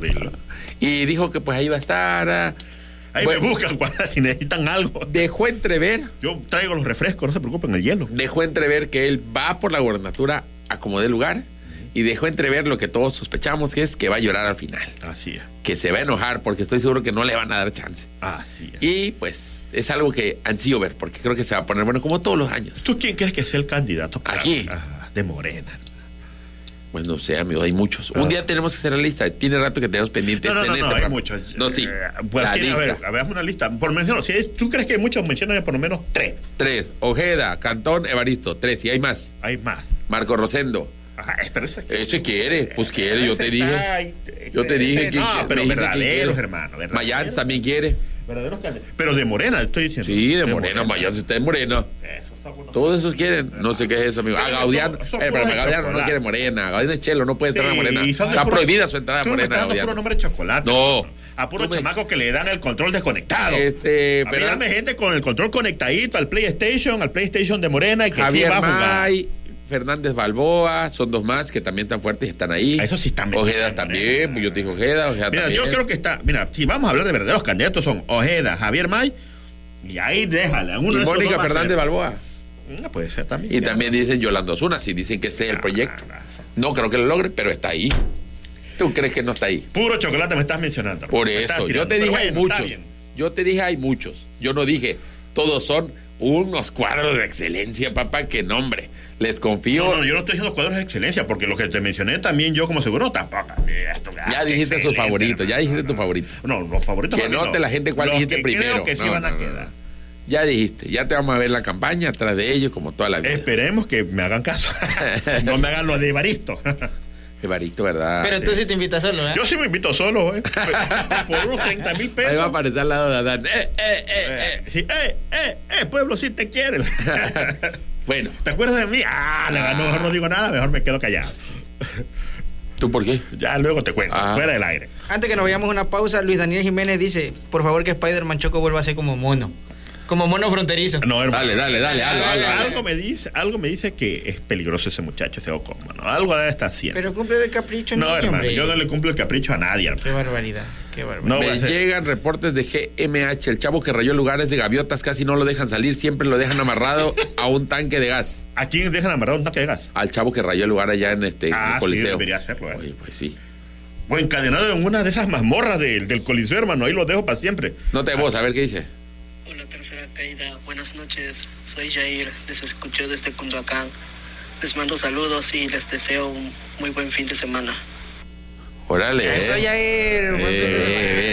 Speaker 5: dilo.
Speaker 4: Y dijo que pues ahí va a estar. ah.
Speaker 5: Ahí
Speaker 4: Bueno,
Speaker 5: me buscan guarda, si necesitan algo.
Speaker 4: Dejó entrever,
Speaker 5: Yo traigo los refrescos, no se preocupen, el hielo.
Speaker 4: dejó entrever que él va por la gobernatura a como dé lugar y dejó entrever lo que todos sospechamos que es que va a llorar al final.
Speaker 5: Así es.
Speaker 4: que se va a enojar porque estoy seguro que no le van a dar chance.
Speaker 5: Así es.
Speaker 4: Y pues es algo que ansío ver porque creo que se va a poner bueno como todos los años.
Speaker 5: ¿Tú quién crees que sea el candidato? para-
Speaker 4: Aquí.
Speaker 5: Ah, de Morena.
Speaker 4: Pues no sé, amigo, hay muchos. Un día tenemos que hacer la lista. Tiene rato que tenemos pendiente
Speaker 5: No, no,
Speaker 4: en
Speaker 5: no,
Speaker 4: este
Speaker 5: no hay
Speaker 4: programa.
Speaker 5: muchos.
Speaker 4: No, sí.
Speaker 5: Eh,
Speaker 4: la
Speaker 5: cualquiera,
Speaker 4: lista.
Speaker 5: a ver, a ver, hazme una lista. Por mencionar, si es- tú crees que hay muchos, mencioname por lo menos tres.
Speaker 4: Tres. Ojeda, Cantón, Evaristo. Tres. Y hay más.
Speaker 5: Hay más.
Speaker 4: Marco Rosendo.
Speaker 5: Ajá, eh, pero ese,
Speaker 4: Ese quiere, pues quiere, yo
Speaker 5: ese
Speaker 4: te
Speaker 5: está
Speaker 4: dije.
Speaker 5: ahí, eh,
Speaker 4: Yo te dije
Speaker 5: ese-
Speaker 4: que
Speaker 5: No, pero verdaderos, hermano. verdaderos.
Speaker 4: Mayans también quiere.
Speaker 5: Verdaderos candidatos. Pero de Morena, estoy diciendo.
Speaker 4: Sí, de Morena, Mayans está en Morena.
Speaker 5: Esos son unos-
Speaker 4: Todos esos quieren. No sé qué es eso, amigo. A
Speaker 5: Pero
Speaker 4: Gaudiano.
Speaker 5: son-
Speaker 4: Eh,
Speaker 5: son
Speaker 4: pero
Speaker 5: puros de
Speaker 4: Gaudiano no
Speaker 5: chocolate.
Speaker 4: quiere morena. Gaudiano es chelo, no puede entrar a morena.
Speaker 5: Sí, son de
Speaker 4: Está
Speaker 5: puro-
Speaker 4: prohibida su entrada a
Speaker 5: Tú me
Speaker 4: morena.
Speaker 5: estás dando puro
Speaker 4: Gaudiano.
Speaker 5: nombre de chocolate.
Speaker 4: No.
Speaker 5: hermano. A puro
Speaker 4: Tú me-
Speaker 5: chamaco que le dan el control desconectado.
Speaker 4: Este,
Speaker 5: a mí
Speaker 4: pero-
Speaker 5: dame gente con el control conectadito al PlayStation, al PlayStation de Morena y que sí
Speaker 4: Javier
Speaker 5: va a jugar.
Speaker 4: May, Fernández Balboa, son dos más que también están fuertes y están ahí.
Speaker 5: A esos sí están metidos
Speaker 4: Ojeda
Speaker 5: en
Speaker 4: también,
Speaker 5: Morena.
Speaker 4: pues yo te dije Ojeda, Ojeda
Speaker 5: Mira,
Speaker 4: también.
Speaker 5: yo creo que está. Mira, si vamos a hablar de verdaderos candidatos, son Ojeda, Javier May y ahí déjala. uno de
Speaker 4: Y
Speaker 5: esos
Speaker 4: Mónica
Speaker 5: dos va a
Speaker 4: Fernández
Speaker 5: ser.
Speaker 4: Balboa.
Speaker 5: No, puede ser también.
Speaker 4: Y
Speaker 5: ya.
Speaker 4: también dicen Yolanda Osuna, si dicen que ese es el proyecto.
Speaker 5: raza.
Speaker 4: No creo que lo logre, pero está ahí. ¿Tú crees que no está ahí?
Speaker 5: Puro chocolate me estás mencionando.
Speaker 4: Por
Speaker 5: me estás
Speaker 4: eso, yo
Speaker 5: tirando.
Speaker 4: te
Speaker 5: Pero
Speaker 4: dije hay
Speaker 5: bueno, está
Speaker 4: muchos.
Speaker 5: bien.
Speaker 4: Yo te dije hay muchos. Yo no dije, todos son unos cuadros de excelencia, papá, que nombre. Les confío.
Speaker 5: No, no, yo no estoy diciendo cuadros de excelencia, porque lo que te mencioné también yo como seguro tampoco. eh, esto,
Speaker 4: ya
Speaker 5: ah,
Speaker 4: dijiste su
Speaker 5: excelente,
Speaker 4: favorito, ya
Speaker 5: hermano.
Speaker 4: dijiste tu favorito.
Speaker 5: No, los favoritos.
Speaker 4: Que
Speaker 5: para mí
Speaker 4: note la gente cuál
Speaker 5: Los
Speaker 4: dijiste
Speaker 5: que
Speaker 4: primero.
Speaker 5: Creo que sí
Speaker 4: No,
Speaker 5: van a
Speaker 4: no, no, no.
Speaker 5: quedar.
Speaker 4: Ya dijiste, ya te vamos a ver la campaña atrás de ellos como toda la vida.
Speaker 5: Esperemos que me hagan caso. no me hagan lo de Evaristo.
Speaker 4: Evarito, ¿verdad?
Speaker 6: Pero tú sí te invitas solo, ¿eh?
Speaker 5: Yo sí me invito solo, ¿eh? Por unos 30 mil pesos.
Speaker 4: Ahí va a aparecer al lado de Adán. Eh, eh, eh, eh.
Speaker 5: Sí, eh, eh, eh, pueblo, sí te quiere.
Speaker 4: Bueno,
Speaker 5: ¿Te acuerdas de mí? Ah, la ganó, mejor no digo nada, mejor me quedo callado.
Speaker 4: ¿tú por qué?
Speaker 5: Ya luego te cuento,
Speaker 4: Ah.
Speaker 5: fuera del aire.
Speaker 6: Antes que nos vayamos a una pausa, Luis Daniel Jiménez dice, por favor que Spider-Man Choco vuelva a ser como mono. Como mono fronterizo.
Speaker 5: No, hermano.
Speaker 4: Dale, dale, dale, algo, algo, algo.
Speaker 5: Algo me dice, algo me dice que es peligroso ese muchacho, ese Ocon, mano. Algo de está haciendo.
Speaker 6: Pero cumple de capricho,
Speaker 5: no,
Speaker 6: niño,
Speaker 5: hermano,
Speaker 6: hombre.
Speaker 5: yo no le cumplo el capricho a nadie, hermano.
Speaker 6: Qué barbaridad, qué barbaridad.
Speaker 5: No, va a
Speaker 4: Me
Speaker 5: ser-
Speaker 4: llegan reportes de GMH, el chavo que rayó lugares de gaviotas, casi no lo dejan salir, siempre lo dejan amarrado a un tanque de gas.
Speaker 5: ¿A quién dejan amarrado un tanque de gas?
Speaker 4: Al chavo que rayó el lugar allá en este en
Speaker 5: Ah,
Speaker 4: el
Speaker 5: sí,
Speaker 4: Coliseo.
Speaker 5: debería hacerlo, eh.
Speaker 4: Oye, pues sí.
Speaker 5: O encadenado en una de esas mazmorras del, del Coliseo, hermano. Ahí lo dejo para siempre.
Speaker 4: No te vos, a ver qué dice.
Speaker 3: Hola, tercera caída. Buenas noches. Soy Jair. Les escucho desde Cunduacán. Les mando saludos y les deseo un muy buen fin de semana.
Speaker 4: Órale.
Speaker 6: Eso
Speaker 4: eh.
Speaker 6: ya es. pues,
Speaker 4: Eh,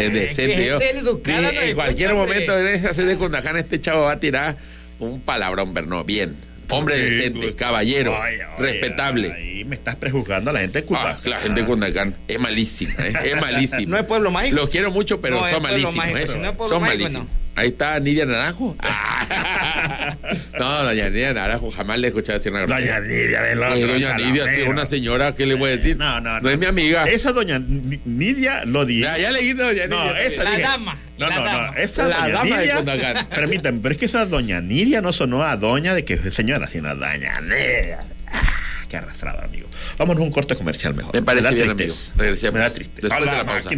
Speaker 4: eh,
Speaker 6: qué
Speaker 4: decente, yo.
Speaker 6: gente educada
Speaker 4: Dije,
Speaker 6: nos
Speaker 4: en
Speaker 6: escucha,
Speaker 4: cualquier
Speaker 6: hombre.
Speaker 4: momento eh. en esa sede con Dajana, este chavo va a tirar un palabrón, pero no, bien. Hombre
Speaker 5: Sí,
Speaker 4: decente,
Speaker 5: pues.
Speaker 4: caballero,
Speaker 5: Ay, ay,
Speaker 4: respetable.
Speaker 5: Ahí me estás prejuzgando a la gente de
Speaker 4: Ah,
Speaker 5: Cuba.
Speaker 4: la gente de Cundacán es malísima, ¿eh? es malísima.
Speaker 6: No es pueblo mágico.
Speaker 4: Los quiero mucho, pero
Speaker 6: No, es
Speaker 4: son
Speaker 6: pueblo
Speaker 4: malísimos.
Speaker 6: mágico.
Speaker 4: ¿eh?
Speaker 6: Si no es pueblo
Speaker 4: son
Speaker 6: mágico,
Speaker 4: malísimos. Ahí está Nidia Naranjo. Ah. no, doña Nidia Naranjo jamás le he escuchado decir una
Speaker 5: Ah,
Speaker 4: grosería.
Speaker 5: Doña Nidia del otro.
Speaker 4: Oye, Eh, Doña
Speaker 5: salamero.
Speaker 4: Nidia, sí, una señora, ¿qué le voy a decir?
Speaker 5: Eh, No, no, no.
Speaker 4: es mi amiga.
Speaker 5: Esa doña Ni- Nidia lo dice.
Speaker 4: Ya, ya le quito doña Nidia.
Speaker 5: No, esa
Speaker 6: La
Speaker 5: dije-
Speaker 6: dama,
Speaker 5: No,
Speaker 6: la
Speaker 5: no, no.
Speaker 6: dama.
Speaker 5: Esa
Speaker 4: La
Speaker 5: doña
Speaker 4: dama de
Speaker 5: Nidia.
Speaker 4: Cundacán.
Speaker 5: Permítanme, pero es que esa doña Nidia no sonó a doña de que es señora, sino a doña Nidia. Ah, Qué arrastrado, amigo. Vámonos a un corte comercial mejor.
Speaker 4: Me parece
Speaker 5: da
Speaker 4: bien,
Speaker 5: tristeza.
Speaker 4: amigo. Regresemos.
Speaker 5: Me da triste.
Speaker 4: Después de la pausa.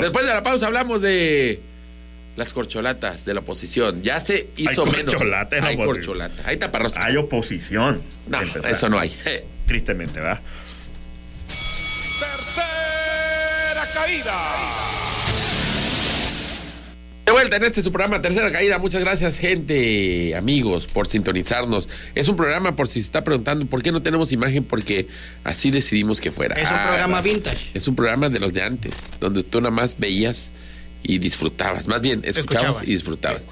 Speaker 4: Después de la pausa hablamos de las corcholatas de la oposición. Ya se hizo
Speaker 5: Hay
Speaker 4: menos.
Speaker 5: corcholatas en la
Speaker 4: Hay
Speaker 5: oposición.
Speaker 4: corcholata. Hay taparrosca.
Speaker 5: Hay oposición.
Speaker 4: no,
Speaker 5: Para empezar.
Speaker 4: eso no hay. Eh,
Speaker 5: Tristemente, ¿verdad?
Speaker 2: Tercera caída.
Speaker 4: De vuelta en este su programa Tercera Caída. Muchas gracias, gente, amigos, por sintonizarnos. Es un programa, por si se está preguntando por qué no tenemos imagen, porque así decidimos que fuera.
Speaker 6: Es un
Speaker 4: Ah,
Speaker 6: programa
Speaker 4: no.
Speaker 6: vintage.
Speaker 4: Es un programa de los de antes, donde tú nada más veías y disfrutabas. Más bien, escuchabas,
Speaker 6: Escuchabas.
Speaker 4: y disfrutabas.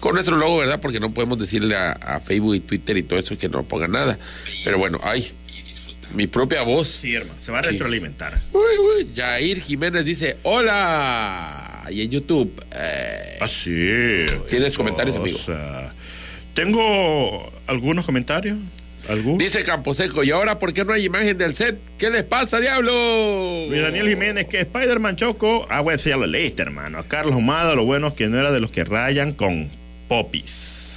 Speaker 4: Con nuestro logo, ¿verdad? Porque no podemos decirle a, a Facebook y Twitter y todo eso que no pongan nada. Pero bueno, ay, mi propia voz.
Speaker 5: Sí, hermano. Se va a retroalimentar.
Speaker 4: Uy, uy, Jair Jiménez dice, hola. Y en YouTube. eh,
Speaker 5: Ah, sí.
Speaker 4: ¿Tienes
Speaker 5: Qué
Speaker 4: comentarios, amigo?
Speaker 5: cosa. Tengo algunos comentarios. ¿Algún?
Speaker 4: Dice Camposeco, ¿y ahora por qué no hay imagen del set? ¿Qué les pasa, diablo?
Speaker 5: Luis Daniel Jiménez, que Spider-Man Choco. Ah, bueno, ese ya lo leíste, hermano. A Carlos Humada, lo bueno es que no era de los que rayan con popis.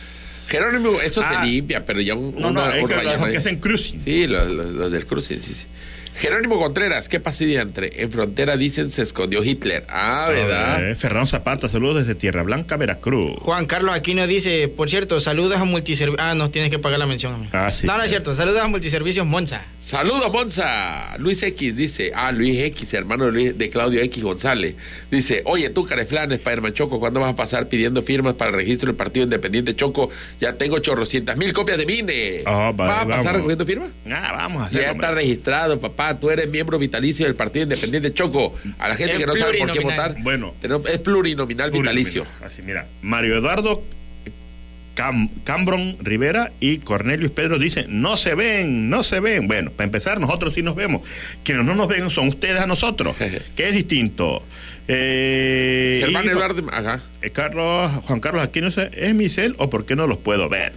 Speaker 4: Jerónimo, eso
Speaker 5: Ah.
Speaker 4: se limpia, pero ya un,
Speaker 5: No,
Speaker 4: una-
Speaker 5: no, es
Speaker 4: un
Speaker 5: que
Speaker 4: rayón
Speaker 5: los
Speaker 4: ahí.
Speaker 5: que hacen cruising.
Speaker 4: Sí, los, los- los del cruce, sí, sí. Jerónimo Contreras, ¿qué pasó y entre? En frontera dicen se escondió Hitler. Ah, ¿verdad?
Speaker 5: Eh, Ferran Zapata, saludos desde Tierra Blanca, Veracruz.
Speaker 6: Juan Carlos Aquino dice, por cierto, saludos a multiservicios. Ah, nos tienes que pagar la mención. amigo.
Speaker 5: Ah, sí,
Speaker 6: no, no es
Speaker 5: cierto.
Speaker 6: cierto. Saludos a multiservicios Monza.
Speaker 4: Saludos, Monza. Luis X dice, ah, Luis X, hermano de, Luis- de Claudio X González. Dice, oye, tú, Careflan, Spiderman Choco, ¿cuándo vas a pasar pidiendo firmas para el registro del Partido Independiente Choco? Ya tengo chorrocientas mil copias de vine.
Speaker 5: Ah, vale,
Speaker 4: ¿Vas a pasar
Speaker 5: vamos.
Speaker 4: recogiendo firmas?
Speaker 5: Ah, vamos a hacer.
Speaker 4: Ya está registrado, papá. Tú eres miembro vitalicio del Partido Independiente Choco. A la gente
Speaker 6: Es
Speaker 4: que no sabe por qué
Speaker 6: plurinominal.
Speaker 4: votar.
Speaker 5: Bueno.
Speaker 4: tenemos- es plurinominal vitalicio.
Speaker 5: Así, mira. Mario Eduardo Cam- Cambron Rivera y Cornelius Pedro dicen, no se ven, no se ven. Bueno, para empezar, nosotros sí nos vemos. Quienes no nos ven son ustedes a nosotros, que es distinto. Eh,
Speaker 4: Germán
Speaker 5: y-
Speaker 4: Eduardo, ajá.
Speaker 5: eh, Carlos, Juan Carlos Aquino, dice, ¿es mi cel o por qué no los puedo ver?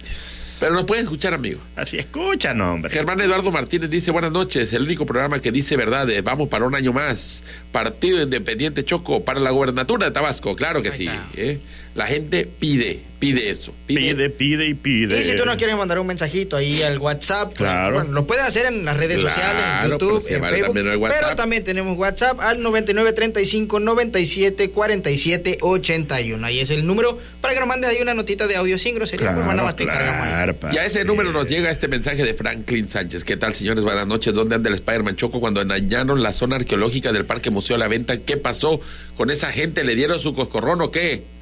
Speaker 4: Pero nos puede escuchar, amigo.
Speaker 5: Así, escúchanos, hombre.
Speaker 4: Germán Eduardo Martínez dice, buenas noches, el único programa que dice verdades, vamos para un año más, Partido Independiente Choco para la gobernatura de Tabasco, claro que sí. ¿eh? La gente pide, pide eso.
Speaker 5: Pide, pide y pide.
Speaker 6: Y si
Speaker 4: Eh.
Speaker 6: tú nos quieres mandar un mensajito ahí al WhatsApp, pues,
Speaker 5: Claro.
Speaker 6: bueno, lo puedes hacer en las redes sociales, en
Speaker 4: Claro,
Speaker 6: YouTube,
Speaker 4: pero se
Speaker 6: en
Speaker 4: vale
Speaker 6: Facebook.
Speaker 4: también el WhatsApp.
Speaker 6: Pero también tenemos WhatsApp al 9935 97 47 81. Ahí es el número para que nos mande ahí una notita de audio sin grosería.
Speaker 5: Claro,
Speaker 6: pues, nada más te encargamos ahí.
Speaker 5: claro, pa-
Speaker 4: Y a ese número nos
Speaker 5: sí.
Speaker 4: llega este mensaje de Franklin Sánchez. ¿Qué tal, señores? Buenas noches. ¿Dónde anda el Spider-Man Choco cuando dañaron la zona arqueológica del Parque Museo La Venta? ¿Qué pasó con esa gente? ¿Le dieron su coscorrón o qué?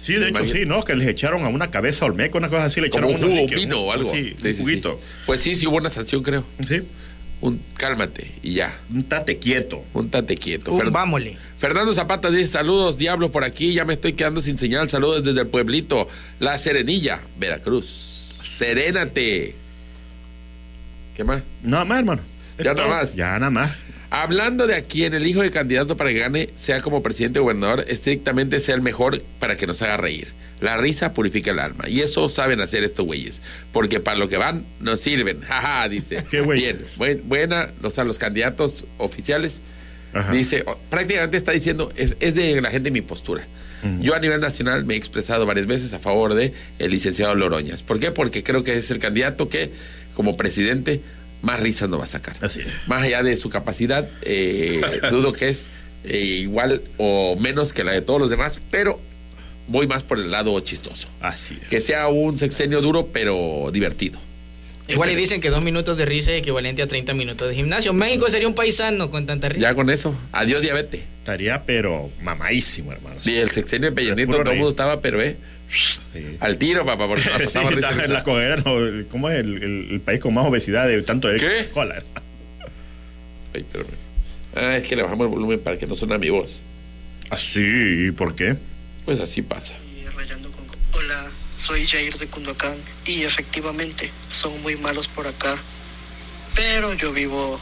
Speaker 5: Sí, de hecho,
Speaker 4: Imagínate.
Speaker 5: sí, ¿no? Que les echaron a una cabeza olmeca, una cosa así, le
Speaker 4: Como
Speaker 5: echaron
Speaker 4: un jugo,
Speaker 5: unos
Speaker 4: un vino o algo.
Speaker 5: Sí,
Speaker 4: Sí,
Speaker 5: un
Speaker 4: sí, sí.
Speaker 5: juguito.
Speaker 4: Pues sí, sí hubo una sanción, creo.
Speaker 5: Sí.
Speaker 4: Un cálmate y ya.
Speaker 5: Un tate quieto.
Speaker 4: Un tate quieto.
Speaker 6: Un
Speaker 4: Fer-
Speaker 6: vámole.
Speaker 4: Fernando Zapata dice, saludos, diablo, por aquí, ya me estoy quedando sin señal, saludos desde el pueblito, La Serenilla, Veracruz. Serénate. ¿Qué más?
Speaker 5: Nada más, hermano.
Speaker 4: Ya nada
Speaker 5: Es todo.
Speaker 4: más.
Speaker 5: Ya nada más.
Speaker 4: Hablando de a quien el hijo de candidato para que gane, sea como presidente o gobernador, estrictamente sea el mejor para que nos haga reír. La risa purifica el alma. Y eso saben hacer estos güeyes. Porque para lo que van, nos sirven. Jaja, dice.
Speaker 5: Qué güeyes.
Speaker 4: Bien, buen- buena, o sea, los candidatos oficiales.
Speaker 5: Ajá.
Speaker 4: Dice, o- prácticamente está diciendo, es, es de la gente mi postura.
Speaker 5: Mm.
Speaker 4: Yo a nivel nacional me he expresado varias veces a favor de el licenciado Loroñas. ¿Por qué? Porque creo que es el candidato que, como presidente, más risas no va a sacar.
Speaker 5: Así es.
Speaker 4: Más allá de su capacidad, eh, dudo que es eh, igual o menos que la de todos los demás, pero voy más por el lado chistoso.
Speaker 5: Así es.
Speaker 4: Que sea un sexenio duro, pero divertido.
Speaker 6: Igual y dicen que dos minutos de risa es equivalente a 30 minutos de gimnasio. México sería un paisano con tanta risa.
Speaker 4: Ya con eso, adiós diabetes.
Speaker 5: Estaría, pero mamadísimo, hermano.
Speaker 4: Y el sexenio de Peña Nieto,
Speaker 5: Puro
Speaker 4: todo el
Speaker 5: reír.
Speaker 4: mundo estaba, pero eh,
Speaker 5: Sí.
Speaker 4: al tiro, papá, porque nos la
Speaker 5: Sí,
Speaker 4: pasamos Ah, risa,
Speaker 5: está en
Speaker 4: risa.
Speaker 5: la cojera, no, ¿cómo es el, el- el país con más obesidad de tanto de
Speaker 4: ¿Qué?
Speaker 5: cola?
Speaker 4: Ay, espérame. Ah, es que le bajamos el volumen para que no suene mi voz.
Speaker 5: Así, Ah, ¿y por qué?
Speaker 4: Pues así pasa.
Speaker 3: Y rayando con- Hola, soy Jair de Cunduacán y efectivamente son muy malos por acá, pero yo vivo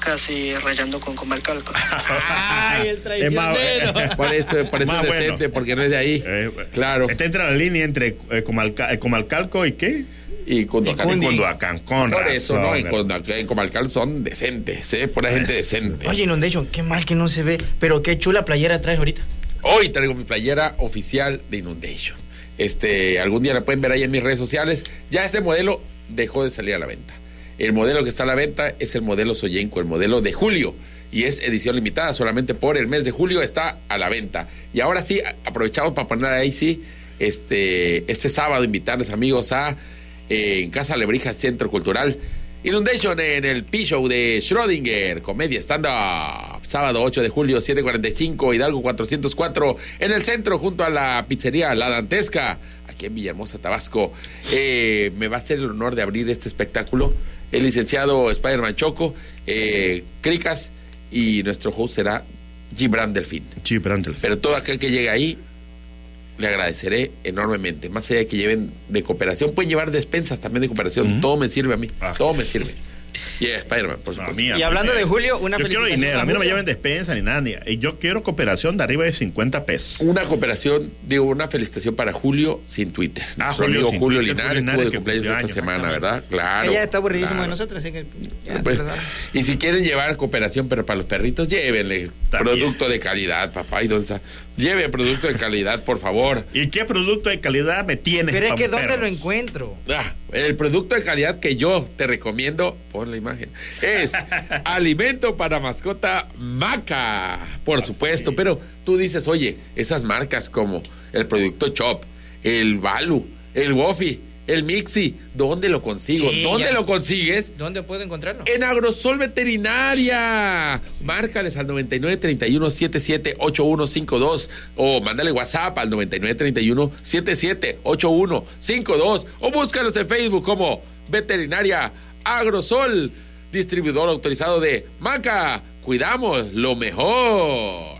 Speaker 3: casi rayando con Comalcalco.
Speaker 6: Ay, el
Speaker 5: Es más,
Speaker 6: traicionero.
Speaker 4: Por eso, por eso
Speaker 5: Más
Speaker 4: es
Speaker 5: Ah, bueno.
Speaker 4: decente, porque no es de ahí.
Speaker 5: Eh,
Speaker 4: claro.
Speaker 5: Está entre la línea entre eh, Comalca- eh, Comalcalco y qué?
Speaker 4: Y Cunduacán.
Speaker 5: Y Cunduacán, con
Speaker 4: Por
Speaker 5: razón, Pues,
Speaker 4: eso, ¿no? En,
Speaker 5: hermano.
Speaker 4: Cunduacán- en Comalcal son decentes, ¿eh? Por la gente
Speaker 5: Eso.
Speaker 4: decente.
Speaker 6: Oye, Inundation, qué mal que no se ve, pero qué chula playera traes ahorita.
Speaker 4: Hoy traigo mi playera oficial de Inundation. Este, algún día la pueden ver ahí en mis redes sociales. Ya este modelo dejó de salir a la venta. El modelo que está a la venta es el modelo Soyenco, el modelo de julio. Y es edición limitada, solamente por el mes de julio está a la venta. Y ahora sí, a- aprovechamos para poner ahí sí, este, este sábado, invitarles amigos a eh, en Casa Lebrija Centro Cultural. Inundation en el P-Show de Schrödinger, comedia stand-up. Sábado 8 de julio, 7.45, Hidalgo 404, en el centro, junto a la pizzería La Dantesca, aquí en Villahermosa, Tabasco. Eh, me va a hacer el honor de abrir este espectáculo el licenciado Spider-Man Choco, eh, Cricas, y nuestro host será Gibran Delfín.
Speaker 5: Sí, pero antes.
Speaker 4: Pero todo aquel que llegue ahí, le agradeceré enormemente. Más allá de que lleven de cooperación, pueden llevar despensas también de cooperación. Todo me sirve a mí.
Speaker 5: Ah.
Speaker 4: Todo me sirve. Y a Spider-Man, por
Speaker 5: No,
Speaker 4: supuesto.
Speaker 5: mía,
Speaker 6: Y hablando
Speaker 5: mía.
Speaker 6: de Julio, una
Speaker 5: Yo quiero
Speaker 6: felicitación
Speaker 5: dinero,
Speaker 6: a
Speaker 5: a mí no me
Speaker 6: Julio.
Speaker 5: lleven despensa ni nada. ni- Yo quiero cooperación de arriba de 50 pesos.
Speaker 4: Una cooperación, digo, una felicitación para Julio sin Twitter.
Speaker 5: Ah,
Speaker 4: Nuestro
Speaker 5: Julio
Speaker 4: amigo
Speaker 5: sin
Speaker 4: Julio
Speaker 5: Twitter,
Speaker 4: Linares
Speaker 5: Julio
Speaker 4: estuvo de
Speaker 5: Linares, que
Speaker 4: cumpleaños
Speaker 5: cumplió
Speaker 4: ella
Speaker 5: años,
Speaker 4: esta semana, ¿verdad?
Speaker 5: exactamente.
Speaker 4: Claro.
Speaker 6: Ella está aburridísimo de
Speaker 4: Ah, claro.
Speaker 6: nosotros, así que ya se
Speaker 4: Pues,
Speaker 6: la da.
Speaker 4: y si quieren llevar cooperación, pero para los perritos, llévenle
Speaker 5: También.
Speaker 4: producto de calidad, papá. ¿Y dónde está? Lleve producto de calidad, por favor.
Speaker 5: ¿Y qué producto de calidad me tienes?
Speaker 6: Pero es que
Speaker 5: pampero?
Speaker 6: ¿dónde lo encuentro?
Speaker 4: Ah, el producto de calidad que yo te recomiendo, pon la imagen, es alimento para mascota Maca, por supuesto. Pero tú dices, oye, esas marcas como el producto Chop, el Balu, el Wofi, el Mixi, ¿dónde lo consigo?
Speaker 6: Sí,
Speaker 4: ¿Dónde
Speaker 6: ya.
Speaker 4: lo consigues?
Speaker 6: ¿Dónde puedo encontrarlo?
Speaker 4: En Agrosol Veterinaria. Márcales al 9931778152 o mándale WhatsApp al 9931778152 o búscalos en Facebook como Veterinaria Agrosol, distribuidor autorizado de Maca. Cuidamos lo mejor.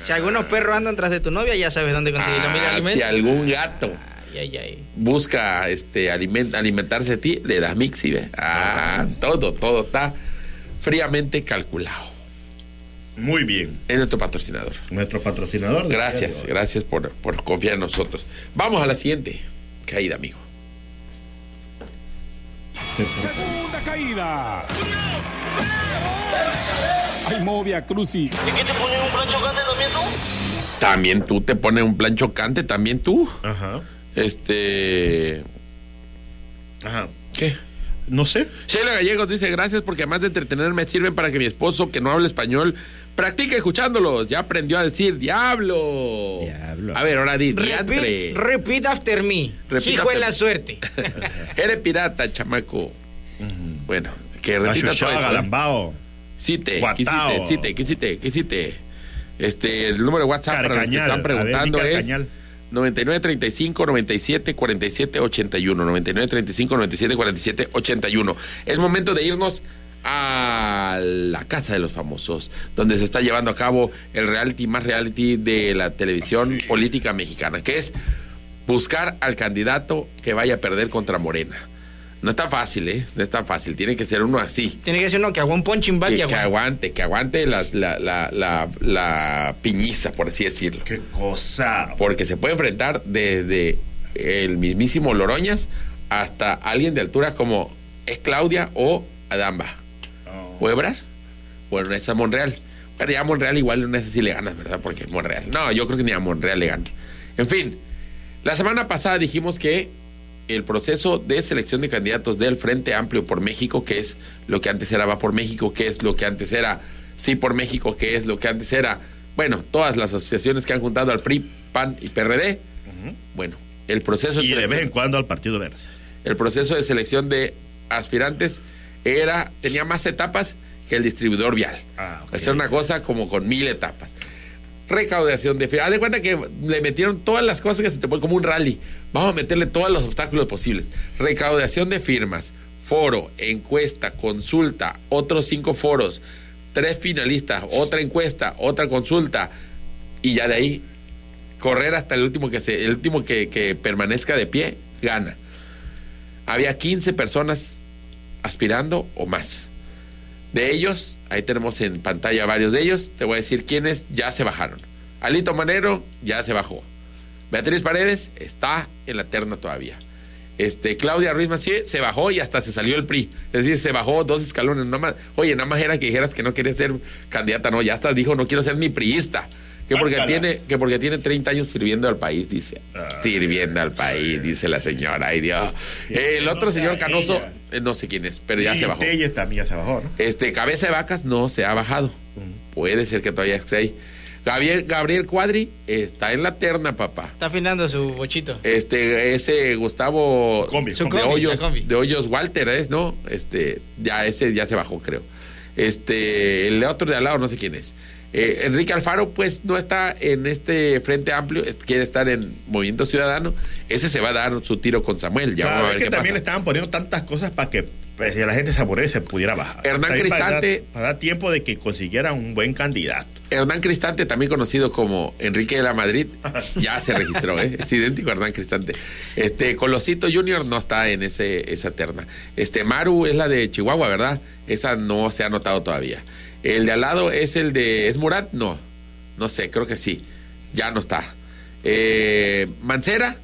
Speaker 6: Si algunos perros andan tras de tu novia, ya sabes dónde conseguirlo. Mira,
Speaker 4: Ah, si
Speaker 6: alimento.
Speaker 4: algún gato
Speaker 6: Ay, ay, ay.
Speaker 4: busca este aliment- alimentarse a ti, le das mixi, ¿ve? Ah, todo, todo está fríamente calculado.
Speaker 5: Muy bien.
Speaker 4: Es nuestro patrocinador.
Speaker 5: Nuestro patrocinador. de
Speaker 4: Gracias,
Speaker 5: radio.
Speaker 4: gracias por, por confiar en nosotros. Vamos a la siguiente caída, amigo.
Speaker 2: Segunda caída. Ay, Movia Cruci.
Speaker 4: También tú te pones un plan chocante, también tú.
Speaker 5: Ajá.
Speaker 4: Este.
Speaker 5: Ajá.
Speaker 4: ¿Qué?
Speaker 5: No sé.
Speaker 4: Sheila Gallegos dice gracias porque además de entretenerme sirven para que mi esposo que no habla español practique escuchándolos. Ya aprendió a decir diablo.
Speaker 5: Diablo.
Speaker 4: A ver, ahora di diantre.
Speaker 6: Repeat, repeat after me.
Speaker 4: Repeat
Speaker 6: Hijo
Speaker 4: after
Speaker 6: en la
Speaker 4: me.
Speaker 6: suerte.
Speaker 4: Eres pirata, chamaco. Bueno, que repita todo
Speaker 5: Achuchaba,
Speaker 4: eso. ¿eh?
Speaker 5: galambao.
Speaker 4: Cite,
Speaker 5: Guatao.
Speaker 4: quisite, cite, quisite, quisite. Este, el número de WhatsApp para los que
Speaker 5: Carcañal.
Speaker 4: están preguntando
Speaker 5: A ver, di
Speaker 4: es
Speaker 5: Carcañal.
Speaker 4: 99 35 97 47 81. 99 35 97 47 81. Es momento de irnos a la casa de los famosos, donde se está llevando a cabo el reality más reality de la televisión política mexicana, que es buscar al candidato que vaya a perder contra Morena. No está fácil, ¿eh? No está fácil. Tiene que ser uno así.
Speaker 6: Tiene que ser uno que haga un punching
Speaker 4: Que,
Speaker 6: bag y
Speaker 4: que
Speaker 6: aguante.
Speaker 4: aguante, que aguante la, la, la, la, la piñiza, por así decirlo.
Speaker 5: Qué cosa.
Speaker 4: Porque se puede enfrentar desde el mismísimo Loroñas hasta alguien de altura como es Claudia o Adamba.
Speaker 5: No.
Speaker 4: ¿O Ebrar? O Ernesta Monreal. Pero ya Monreal igual no sé si le ganas, ¿verdad? Porque es Monreal. No, yo creo que ni a Monreal le gana. En fin, la semana pasada dijimos que el proceso de selección de candidatos del Frente Amplio por México, que es lo que antes era Va por México, que es lo que antes era Sí por México, que es lo que antes era, bueno, todas las asociaciones que han juntado al PRI, PAN y PRD. Bueno, el proceso
Speaker 5: Y de
Speaker 4: selección-
Speaker 5: vez en cuando al Partido Verde.
Speaker 4: el proceso de selección de aspirantes era tenía más etapas que el distribuidor vial.
Speaker 5: Ah, ok.
Speaker 4: Hacer una cosa como con mil etapas. Recaudación de firmas. Haz de cuenta que le metieron todas las cosas que se te pueden, como un rally. Vamos a meterle todos los obstáculos posibles. Recaudación de firmas, foro, encuesta, consulta, otros cinco foros, tres finalistas, otra encuesta, otra consulta. Y ya de ahí, correr hasta el último que, se, el último que, que permanezca de pie, gana había 15 personas aspirando o más. De ellos, ahí tenemos en pantalla varios de ellos, te voy a decir quiénes ya se bajaron. Alito Manero ya se bajó. Beatriz Paredes está en la terna todavía. Este, Claudia Ruiz Macié se bajó y hasta se salió el PRI. Es decir, se bajó dos escalones. nada más, oye, nada más era que dijeras que no quería ser candidata, no, ya hasta dijo, no quiero ser ni priista. Que porque,
Speaker 5: Guácala.
Speaker 4: tiene, que porque tiene 30 años sirviendo al país, dice. Sirviendo al país, dice la señora. Ay, Dios. El
Speaker 5: no
Speaker 4: otro
Speaker 5: sea
Speaker 4: señor Canoso,
Speaker 5: ella.
Speaker 4: eh, no sé quién es, pero ya
Speaker 5: y
Speaker 4: se bajó.
Speaker 5: Telles también ya se bajó, ¿no?
Speaker 4: Este, Cabeza de Vacas no se ha bajado. Puede ser que todavía esté ahí. Gabriel, Gabriel Cuadri está en la terna, papá.
Speaker 6: Está afinando su bochito.
Speaker 4: Este, ese Gustavo
Speaker 5: Combi,
Speaker 6: Su
Speaker 5: combi.
Speaker 4: de
Speaker 6: combi,
Speaker 4: hoyos,
Speaker 6: la combi.
Speaker 4: de hoyos Walter es, ¿no? Este, ya ese ya se bajó, creo. Este, el otro de al lado no sé quién es. Eh, Enrique Alfaro, pues no está en este frente amplio, es- quiere estar en Movimiento Ciudadano. Ese se va a dar su tiro con Samuel. Ya
Speaker 5: Claro,
Speaker 4: vamos a
Speaker 5: es
Speaker 4: ver
Speaker 5: que
Speaker 4: qué
Speaker 5: también le
Speaker 4: pasa.
Speaker 5: estaban poniendo tantas cosas para que pues, la gente se aburriera y se pudiera bajar.
Speaker 4: Hernán
Speaker 5: También para
Speaker 4: Cristante.
Speaker 5: dar- para dar tiempo de que consiguiera un buen candidato.
Speaker 4: Hernán Cristante, también conocido como Enrique de la Madrid, ya se registró, ¿eh? es idéntico a Hernán Cristante. Este Colosito Junior no está en ese, esa terna. Este Maru es la de Chihuahua, ¿verdad? Esa no se ha notado todavía. El de al lado es el de. ¿Es Murat? No. No sé, creo que sí. Ya no está. Eh, Mancera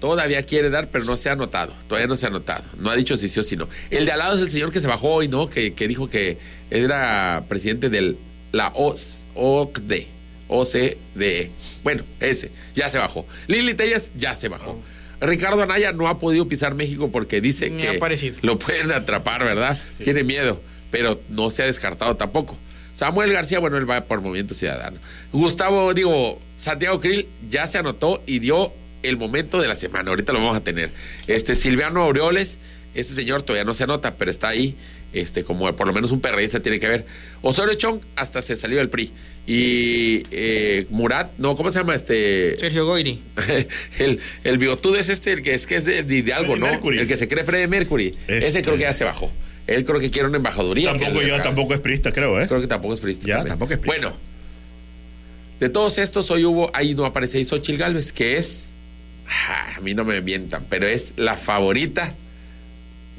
Speaker 4: todavía quiere dar, pero no se ha notado. Todavía no se ha notado. No ha dicho si sí o si no. El de al lado es el señor que se bajó hoy, ¿no? Que, que dijo que era presidente del la OS, OCDE. OCDE. E. Bueno, ese. Ya se bajó. Lili Tellas ya se bajó. Ricardo Anaya no ha podido pisar México porque dice
Speaker 6: Ni
Speaker 4: que
Speaker 6: ha aparecido.
Speaker 4: lo pueden atrapar, ¿verdad? Tiene miedo, pero no se ha descartado tampoco. Samuel García, bueno, él va por Movimiento Ciudadano. Gustavo, digo, Santiago Krill ya se anotó y dio el momento de la semana. Ahorita lo vamos a tener. Este Silviano Aureoles, ese señor todavía no se anota, pero está ahí. Este, como por lo menos un perreísta tiene que ver. Osorio Chong hasta se salió del PRI. Y eh, Murat, no, ¿cómo se llama este?
Speaker 6: Sergio Goiri.
Speaker 4: el, el bigotudo es este, el que es que es de, de algo,
Speaker 5: Freddie
Speaker 4: ¿no?
Speaker 5: Mercury.
Speaker 4: El que se cree Freddie Mercury.
Speaker 5: Este.
Speaker 4: Ese creo que ya se bajó. Él creo que quiere una embajaduría.
Speaker 5: Tampoco
Speaker 4: que le-
Speaker 5: yo, tampoco es prista, creo, ¿eh?
Speaker 4: Creo que tampoco es periodista.
Speaker 5: Ya, tampoco es periodista.
Speaker 4: Bueno, de todos estos, hoy hubo, ahí no aparece Isochil Galvez, que es, ah, a mí no me mientan, pero es la favorita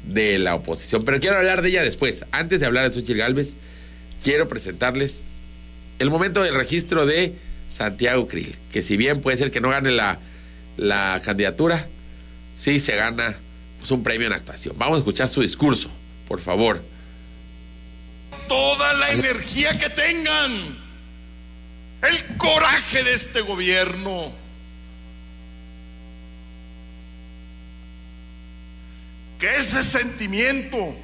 Speaker 4: de la oposición. Pero quiero hablar de ella después. Antes de hablar de Xochitl Galvez, quiero presentarles el momento del registro de Santiago Krill, que si bien puede ser que no gane la, la candidatura, sí se gana pues, un premio en actuación. Vamos a escuchar su discurso, por favor.
Speaker 7: toda la energía que tengan, el coraje de este gobierno. Que ese sentimiento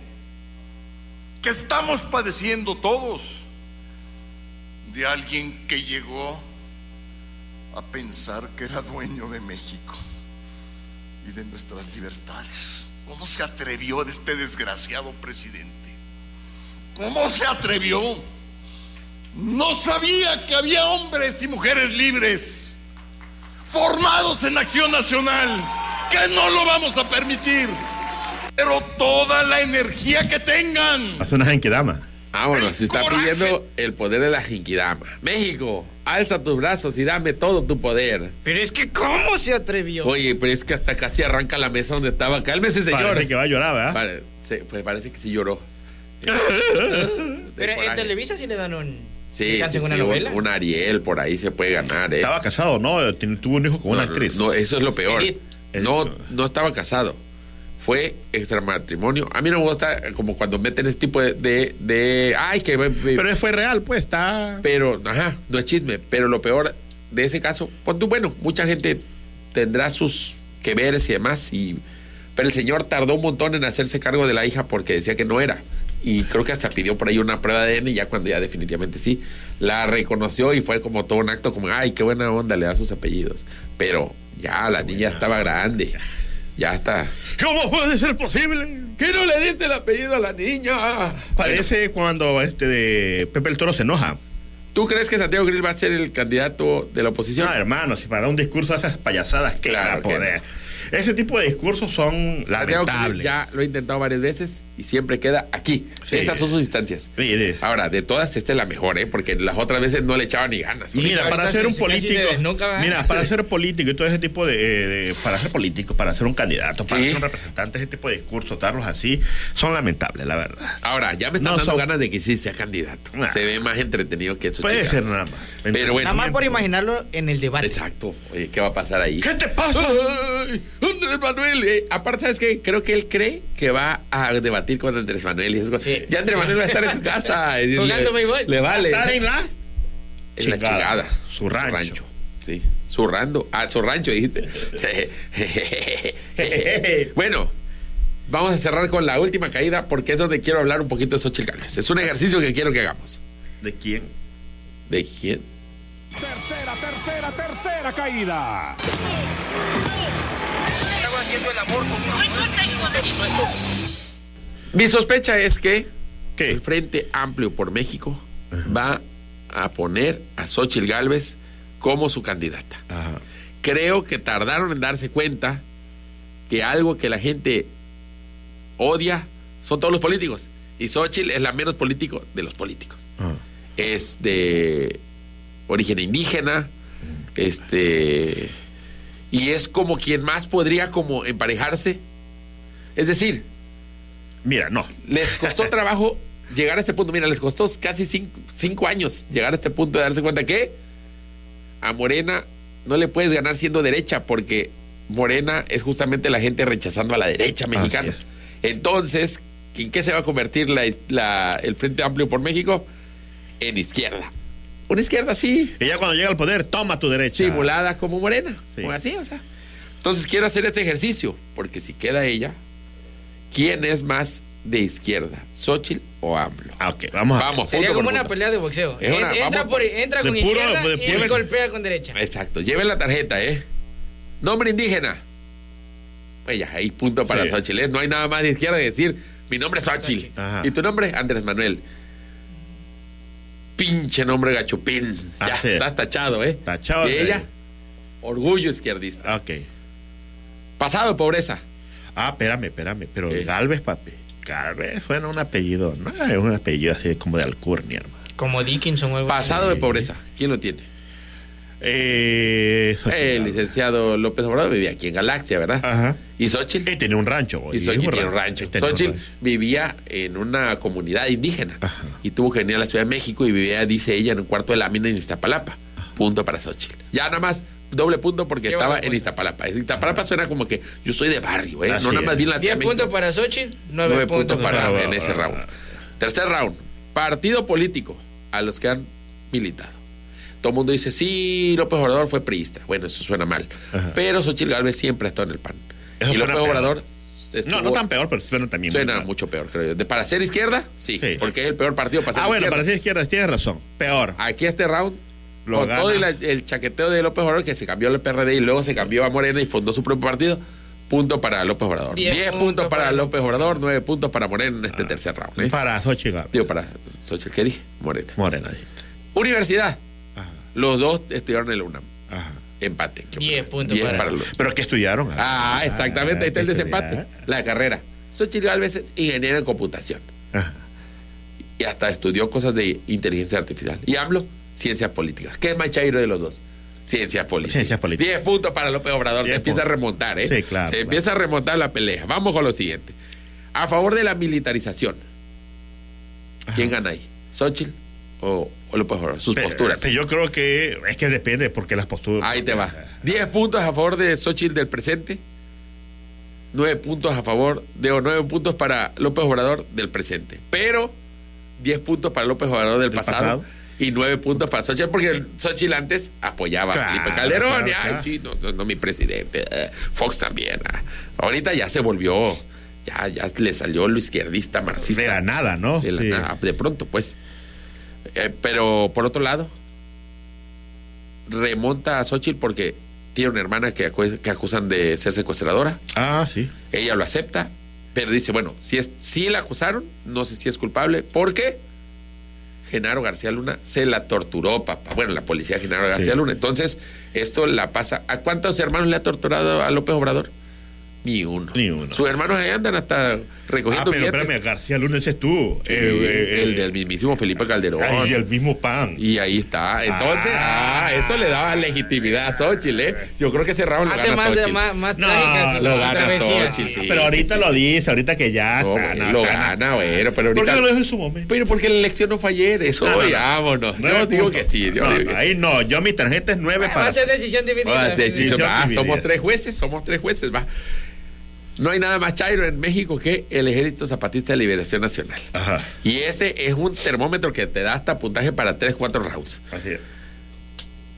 Speaker 7: que estamos padeciendo todos de alguien que llegó a pensar que era dueño de México y de nuestras libertades. ¿Cómo se atrevió de este desgraciado presidente? ¿Cómo se atrevió? No sabía que había hombres y mujeres libres, formados en acción nacional, que no lo vamos a permitir. Pero toda la energía que tengan,
Speaker 5: Hace una gente dama.
Speaker 4: Vámonos,
Speaker 7: El
Speaker 4: se está
Speaker 7: coraje.
Speaker 4: pidiendo el poder de la Jinkidama. México, Alza tus brazos y dame todo tu poder.
Speaker 6: Pero es que, ¿cómo se atrevió?
Speaker 4: Oye, pero es que hasta casi arranca la mesa donde estaba. Cálmese, señor.
Speaker 5: Parece que va a llorar, ¿verdad?
Speaker 4: Pare- se- pues parece que sí lloró. De
Speaker 6: Pero en
Speaker 4: coraje.
Speaker 6: Televisa sí le dan un.
Speaker 4: Sí, sí,
Speaker 6: chance en una
Speaker 4: sí, un,
Speaker 6: novela.
Speaker 4: un Ariel por ahí se puede ganar, ¿eh?
Speaker 5: Estaba casado, ¿no? Ten- Tuvo un hijo con una
Speaker 4: No,
Speaker 5: actriz.
Speaker 4: No, eso es lo peor.
Speaker 6: Edith.
Speaker 4: No, no estaba casado. Fue extramatrimonio. A mí no me gusta como cuando meten ese tipo de. de, de- ay, que. Pero,
Speaker 5: Pero fue real, pues, está.
Speaker 4: ajá, no es chisme. Pero lo peor de ese caso, pues tú, bueno, mucha gente tendrá sus que veres y demás. Y, pero el señor tardó un montón en hacerse cargo de la hija porque decía que no era. Y creo que hasta pidió por ahí una prueba de ADN y ya cuando ya definitivamente sí, la reconoció y fue como todo un acto como, ay, qué buena onda, le da sus apellidos. Pero ya la niña estaba grande. Ya está.
Speaker 5: ¿Cómo puede ser posible?
Speaker 4: ¿Qué no le diste el apellido a la niña?
Speaker 5: Parece cuando este de Pepe el Toro se enoja.
Speaker 4: ¿Tú crees que Santiago Grill va a ser el candidato de la oposición?
Speaker 5: No, hermano, si para un discurso a esas payasadas, que
Speaker 4: Claro
Speaker 5: va a
Speaker 4: que
Speaker 5: poder. Ese tipo de discursos son
Speaker 4: Santiago Grill
Speaker 5: lamentables.
Speaker 4: ya lo he intentado varias veces y siempre queda aquí.
Speaker 5: Sí.
Speaker 4: Esas son sus instancias.
Speaker 5: Sí, sí.
Speaker 4: Ahora, de todas, esta es la mejor, ¿eh? porque las otras veces no le echaban ni ganas.
Speaker 5: Mira,
Speaker 6: Ahorita
Speaker 5: para
Speaker 6: se-
Speaker 5: ser un
Speaker 6: se casi se
Speaker 5: político,
Speaker 6: desnuca, ¿verdad?
Speaker 5: mira, para ser político y todo ese tipo de, de- para ser político, para ser un candidato, para
Speaker 4: Sí.
Speaker 5: ser un representante, ese tipo de discursos, darlos así, son lamentables, la verdad.
Speaker 4: Ahora, ya me están
Speaker 5: No
Speaker 4: dando
Speaker 5: son-
Speaker 4: ganas de que sí sea candidato.
Speaker 5: Nah.
Speaker 4: Se ve más entretenido que eso.
Speaker 5: Puede ser nada más.
Speaker 4: Pero bueno.
Speaker 6: Nada más por imaginarlo en el debate.
Speaker 4: Exacto. Oye, ¿qué va a pasar ahí?
Speaker 5: ¿Qué te pasa?
Speaker 4: Ay, Andrés Manuel. eh, aparte, ¿sabes qué? Creo que él cree que va a debatir con Andrés Manuel. Y es como,
Speaker 6: Sí.
Speaker 4: Ya Andrés Manuel va a estar en su casa. eh, Y
Speaker 6: Jugando
Speaker 4: le,
Speaker 6: béisbol.
Speaker 4: le vale.
Speaker 5: Estar en la-
Speaker 4: En la
Speaker 5: Chingada.
Speaker 4: chingada.
Speaker 5: Su rancho.
Speaker 4: Sí, su rando. Ah, su rancho, dijiste. bueno, vamos a cerrar con la última caída porque es donde quiero hablar un poquito de Xochitl Gálvez. Es un ejercicio que quiero que hagamos.
Speaker 5: ¿De quién?
Speaker 4: ¿De quién?
Speaker 2: Tercera, tercera, tercera caída.
Speaker 4: Mi sospecha es que
Speaker 5: ¿Qué?
Speaker 4: el Frente Amplio por México va a poner a Xochitl Gálvez como su candidata.
Speaker 5: Ajá.
Speaker 4: creo que tardaron en darse cuenta que algo que la gente odia son todos los políticos. Y Xochitl es la menos político de los políticos.
Speaker 5: Ah.
Speaker 4: Es de origen indígena, este. Y es como quien más podría como emparejarse. Es decir,
Speaker 5: Mira, no.
Speaker 4: les costó trabajo llegar a este punto. Mira, les costó casi cinco, cinco años llegar a este punto de darse cuenta que a Morena no le puedes ganar siendo derecha, porque Morena es justamente la gente rechazando a la derecha mexicana.
Speaker 5: Así
Speaker 4: Entonces, ¿en qué se va a convertir la- la- el Frente Amplio por México? En izquierda. Una izquierda, sí
Speaker 5: Ella cuando llega al poder, toma tu derecha.
Speaker 4: simulada como morena.
Speaker 5: Sí.
Speaker 4: como así, o sea. Entonces quiero hacer este ejercicio, porque si queda ella, ¿quién es más de izquierda? ¿Xochitl o AMLO?
Speaker 5: Ah, ok, vamos a hacer.
Speaker 4: Vamos,
Speaker 6: Sería
Speaker 4: punto por
Speaker 6: como una
Speaker 4: punto.
Speaker 6: pelea de boxeo.
Speaker 4: Es una-
Speaker 6: En- entra,
Speaker 4: vamos-
Speaker 6: por, entra
Speaker 5: de
Speaker 6: con
Speaker 5: puro-
Speaker 6: izquierda
Speaker 5: de
Speaker 6: y
Speaker 5: puro-
Speaker 6: golpea con derecha.
Speaker 4: Exacto, lleven la tarjeta, ¿eh? Nombre indígena. Pues ya, ahí punto para
Speaker 5: Sí.
Speaker 4: Xochitl. ¿eh? No hay nada más de izquierda que decir, mi nombre es Xochitl.
Speaker 5: Ajá.
Speaker 4: ¿Y tu nombre? Andrés Manuel. Pinche nombre gachupín. Ya,
Speaker 5: Así es.
Speaker 4: estás tachado, ¿eh?
Speaker 5: Tachado
Speaker 4: Y
Speaker 5: de-
Speaker 4: ella, orgullo izquierdista.
Speaker 5: Ah, Ok.
Speaker 4: Pasado de pobreza.
Speaker 5: Ah, espérame, espérame. Pero
Speaker 4: ¿Qué?
Speaker 5: Galvez, papi. Galvez suena un apellido, ¿no? Es un apellido así como de alcurnia, hermano.
Speaker 6: Como Dickinson o algo así.
Speaker 4: Pasado de pobreza. ¿Quién lo tiene?
Speaker 5: Eh, Xochitl
Speaker 4: El
Speaker 5: Gálvez.
Speaker 4: licenciado López Obrador vivía aquí en Galaxia, ¿verdad?
Speaker 5: Ajá.
Speaker 4: Y Xochitl.
Speaker 5: Y Eh, tenía un rancho, güey.
Speaker 4: Y Xochitl tiene un rancho.
Speaker 5: Y tenía un
Speaker 4: Xochitl
Speaker 5: rancho.
Speaker 4: vivía en una comunidad indígena y tuvo que venir a la Ciudad de México y vivía, dice ella, en un cuarto de la mina en Iztapalapa. Punto para Xochitl. Ya nada más, doble punto porque
Speaker 6: Qué
Speaker 4: estaba
Speaker 6: bueno,
Speaker 4: en
Speaker 6: pues.
Speaker 4: Iztapalapa. Iztapalapa suena como que yo soy de barrio, ¿eh?
Speaker 5: Así
Speaker 4: no nada más
Speaker 5: es.
Speaker 4: bien la Ciudad
Speaker 6: 10
Speaker 4: de México.
Speaker 6: puntos para Xochitl, 9,
Speaker 4: Nueve puntos
Speaker 6: puntos
Speaker 4: para
Speaker 5: para-
Speaker 4: en ese round. Tercer round. Partido político a los que han militado. Todo el mundo dice, sí, López Obrador fue priista. Bueno, eso suena mal. Pero Xochitl Gálvez siempre ha estado en el PAN.
Speaker 5: Eso
Speaker 4: y
Speaker 5: suena
Speaker 4: López
Speaker 5: peor.
Speaker 4: Obrador...
Speaker 5: No,
Speaker 4: estuvo-
Speaker 5: no tan peor, pero suena también. muy
Speaker 4: Suena
Speaker 5: mal.
Speaker 4: mucho peor, creo yo. De- para ser izquierda, sí,
Speaker 5: Sí.
Speaker 4: porque es el peor partido para ser
Speaker 5: Ah, bueno,
Speaker 4: izquierda.
Speaker 5: para ser izquierda, tienes razón. Peor.
Speaker 4: Aquí este round,
Speaker 5: Lo
Speaker 4: con
Speaker 5: gana.
Speaker 4: todo y la- el chaqueteo de López Obrador, que se cambió al PRD y luego se cambió a Morena y fundó su propio partido, punto para López Obrador.
Speaker 6: Diez
Speaker 4: 10 puntos,
Speaker 6: puntos
Speaker 4: para,
Speaker 6: para-
Speaker 4: López Obrador, 9 puntos para Morena en este tercer round. ¿eh?
Speaker 5: Ah. Para Xochitl Gálvez.
Speaker 4: Digo, para Xochitl, ¿qué dije? Morena.
Speaker 5: Morena.
Speaker 4: Universidad.
Speaker 5: Ajá.
Speaker 4: Los dos estudiaron en la UNAM.
Speaker 5: Ajá.
Speaker 4: Empate.
Speaker 6: Diez puntos
Speaker 4: Diez
Speaker 6: para-
Speaker 4: para los-
Speaker 5: Pero que estudiaron.
Speaker 4: Ah, exactamente, ahí está el
Speaker 5: que
Speaker 4: desempate.
Speaker 5: estudiaron.
Speaker 4: La carrera. Xochitl Gálvez es ingeniero en computación.
Speaker 5: Ajá.
Speaker 4: y hasta estudió cosas de inteligencia artificial. Y AMLO, ciencia política. ¿Qué es más chairo de los dos? Ciencia política.
Speaker 5: Ciencia política.
Speaker 4: 10 puntos para López Obrador. Se
Speaker 5: Diez
Speaker 4: empieza a
Speaker 5: puntos.
Speaker 4: remontar, ¿eh?
Speaker 5: Sí, claro,
Speaker 4: Se
Speaker 5: claro.
Speaker 4: empieza a remontar la pelea. Vamos con lo siguiente. A favor de la militarización. ¿Quién gana ahí? ¿Xochitl o, o López Obrador? Sus
Speaker 5: Pero,
Speaker 4: posturas.
Speaker 5: pero yo creo que es que depende porque las posturas.
Speaker 4: Ahí te va. 10 puntos a favor de Xochitl del presente. 9 puntos a favor de o 9 puntos para López Obrador del presente. Pero 10 puntos para López Obrador del pasado,
Speaker 5: pasado.
Speaker 4: y 9 puntos para Xochitl porque Xochitl antes apoyaba a
Speaker 5: Claro,
Speaker 4: Felipe Calderón.
Speaker 5: claro,
Speaker 4: y, Ay,
Speaker 5: claro.
Speaker 4: sí, no, no, no, mi presidente. eh, Fox también. ah. Ahorita ya se volvió. Ya, ya le salió lo izquierdista marxista.
Speaker 5: De la nada, ¿no?
Speaker 4: De, la
Speaker 5: Sí.
Speaker 4: nada, de pronto, pues. Eh, pero por otro lado, remonta a Xochitl porque tiene una hermana que, acu- que acusan de ser secuestradora.
Speaker 5: Ah, sí.
Speaker 4: Ella lo acepta, pero dice, bueno, si, es, si la acusaron, no sé si es culpable, porque Genaro García Luna se la torturó, papá. Bueno, la policía de Genaro García Luna. Entonces, esto la pasa. ¿A cuántos hermanos le ha torturado a López Obrador? Ni uno.
Speaker 5: Ni uno.
Speaker 4: Sus hermanos ahí andan hasta
Speaker 5: Ah,
Speaker 4: recogiendo
Speaker 5: pero
Speaker 4: billetes.
Speaker 5: espérame, García Luna, ese es tú.
Speaker 4: Sí,
Speaker 5: Eh, eh,
Speaker 4: el
Speaker 5: eh,
Speaker 4: del mismísimo Felipe Calderón.
Speaker 5: ay, y el mismo pan.
Speaker 4: Y ahí está. Entonces, ah,
Speaker 5: Ah.
Speaker 4: eso le daba legitimidad a Xochitl, ¿eh? Yo creo que ese round lo
Speaker 6: Hace
Speaker 4: gana
Speaker 6: más, de,
Speaker 4: Xochitl.
Speaker 6: más, más
Speaker 5: No,
Speaker 6: trágicas
Speaker 5: lo
Speaker 6: las
Speaker 4: gana
Speaker 6: travesías.
Speaker 4: Xochitl, sí.
Speaker 5: pero ahorita
Speaker 4: sí,
Speaker 5: lo dice, ahorita que ya
Speaker 4: No,
Speaker 5: está,
Speaker 4: bueno,
Speaker 5: no,
Speaker 4: lo
Speaker 5: está, no.
Speaker 4: gana, bueno, pero
Speaker 5: ¿Por qué
Speaker 4: ahorita...
Speaker 5: no lo dijo en su momento?
Speaker 4: Pero porque la elección no fue ayer, eso
Speaker 5: No, no, no.
Speaker 4: vámonos.
Speaker 5: Nueve
Speaker 4: Pues, Yo digo
Speaker 5: puntos.
Speaker 4: que sí, yo
Speaker 5: No,
Speaker 4: digo que sí.
Speaker 5: ahí no, yo mi tarjeta es nueve
Speaker 6: Ah, Va
Speaker 5: para.
Speaker 6: a ser decisión dividida.
Speaker 4: Ah, decisión-
Speaker 5: Decisión
Speaker 4: ah,
Speaker 5: dividida.
Speaker 4: somos tres jueces, somos tres jueces, va. No hay nada más chairo en México que el Ejército Zapatista de Liberación Nacional.
Speaker 5: Ajá,
Speaker 4: Y ese es un termómetro que te da hasta puntaje para tres, cuatro rounds.
Speaker 5: así es.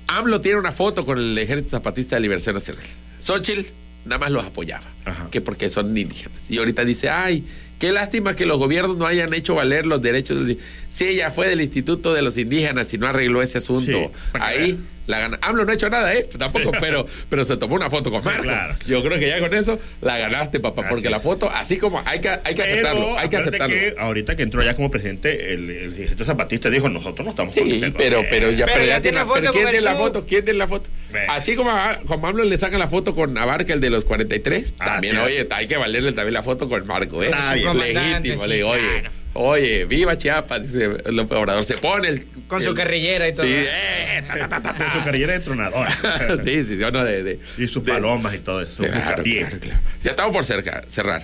Speaker 4: AMLO tiene una foto con el Ejército Zapatista de Liberación Nacional. Xochitl nada más los apoyaba,
Speaker 5: Ajá.
Speaker 4: que porque son indígenas. Y ahorita dice, ay, qué lástima que los gobiernos no hayan hecho valer los derechos. Del... Si ella fue del Instituto de los Indígenas y no arregló ese asunto,
Speaker 5: Sí, para que
Speaker 4: ahí la gana. AMLO no ha hecho nada, ¿eh? Tampoco, pero, pero se tomó una foto con Marco.
Speaker 5: claro.
Speaker 4: Yo creo que ya con eso la ganaste, papá,
Speaker 5: Así
Speaker 4: porque
Speaker 5: es.
Speaker 4: la foto, así como hay que, hay que
Speaker 5: Pero
Speaker 4: aceptarlo, hay que
Speaker 5: acuérdate
Speaker 4: aceptarlo.
Speaker 5: que ahorita que entró ya como presidente, el, el ejército zapatista dijo: Nosotros no estamos
Speaker 4: Sí,
Speaker 5: contentos".
Speaker 4: pero,
Speaker 5: Eh,
Speaker 4: pero ya,
Speaker 6: Pero ya tiene
Speaker 4: la-
Speaker 6: foto
Speaker 4: pero ¿quién
Speaker 6: con el
Speaker 4: tiene la
Speaker 6: Zoom.
Speaker 4: foto? ¿Quién tiene la foto?
Speaker 5: Ve.
Speaker 4: Así como a, como AMLO le sacan la foto con Abarca, el de los 43,
Speaker 5: Ah,
Speaker 4: también,
Speaker 5: tío.
Speaker 4: oye, hay que valerle también la foto con Marco, ¿eh?
Speaker 5: Está bien.
Speaker 4: Legítimo,
Speaker 6: Comandante,
Speaker 4: le digo,
Speaker 6: sí,
Speaker 4: oye,
Speaker 6: claro.
Speaker 4: oye, viva Chiapas, dice López Obrador, se pone el...
Speaker 6: Con su
Speaker 4: el-
Speaker 6: carrillera y todo.
Speaker 4: Sí, eh, ta, ta, ta, ta,
Speaker 5: Su
Speaker 4: ta.
Speaker 5: carrera de tronadora.
Speaker 4: sí, sí, sí, no, de... de-
Speaker 5: Y sus
Speaker 4: de-
Speaker 5: palomas y todo eso.
Speaker 4: Claro,
Speaker 5: Buscapié.
Speaker 4: claro, claro. Ya estamos por cerca, cerrar.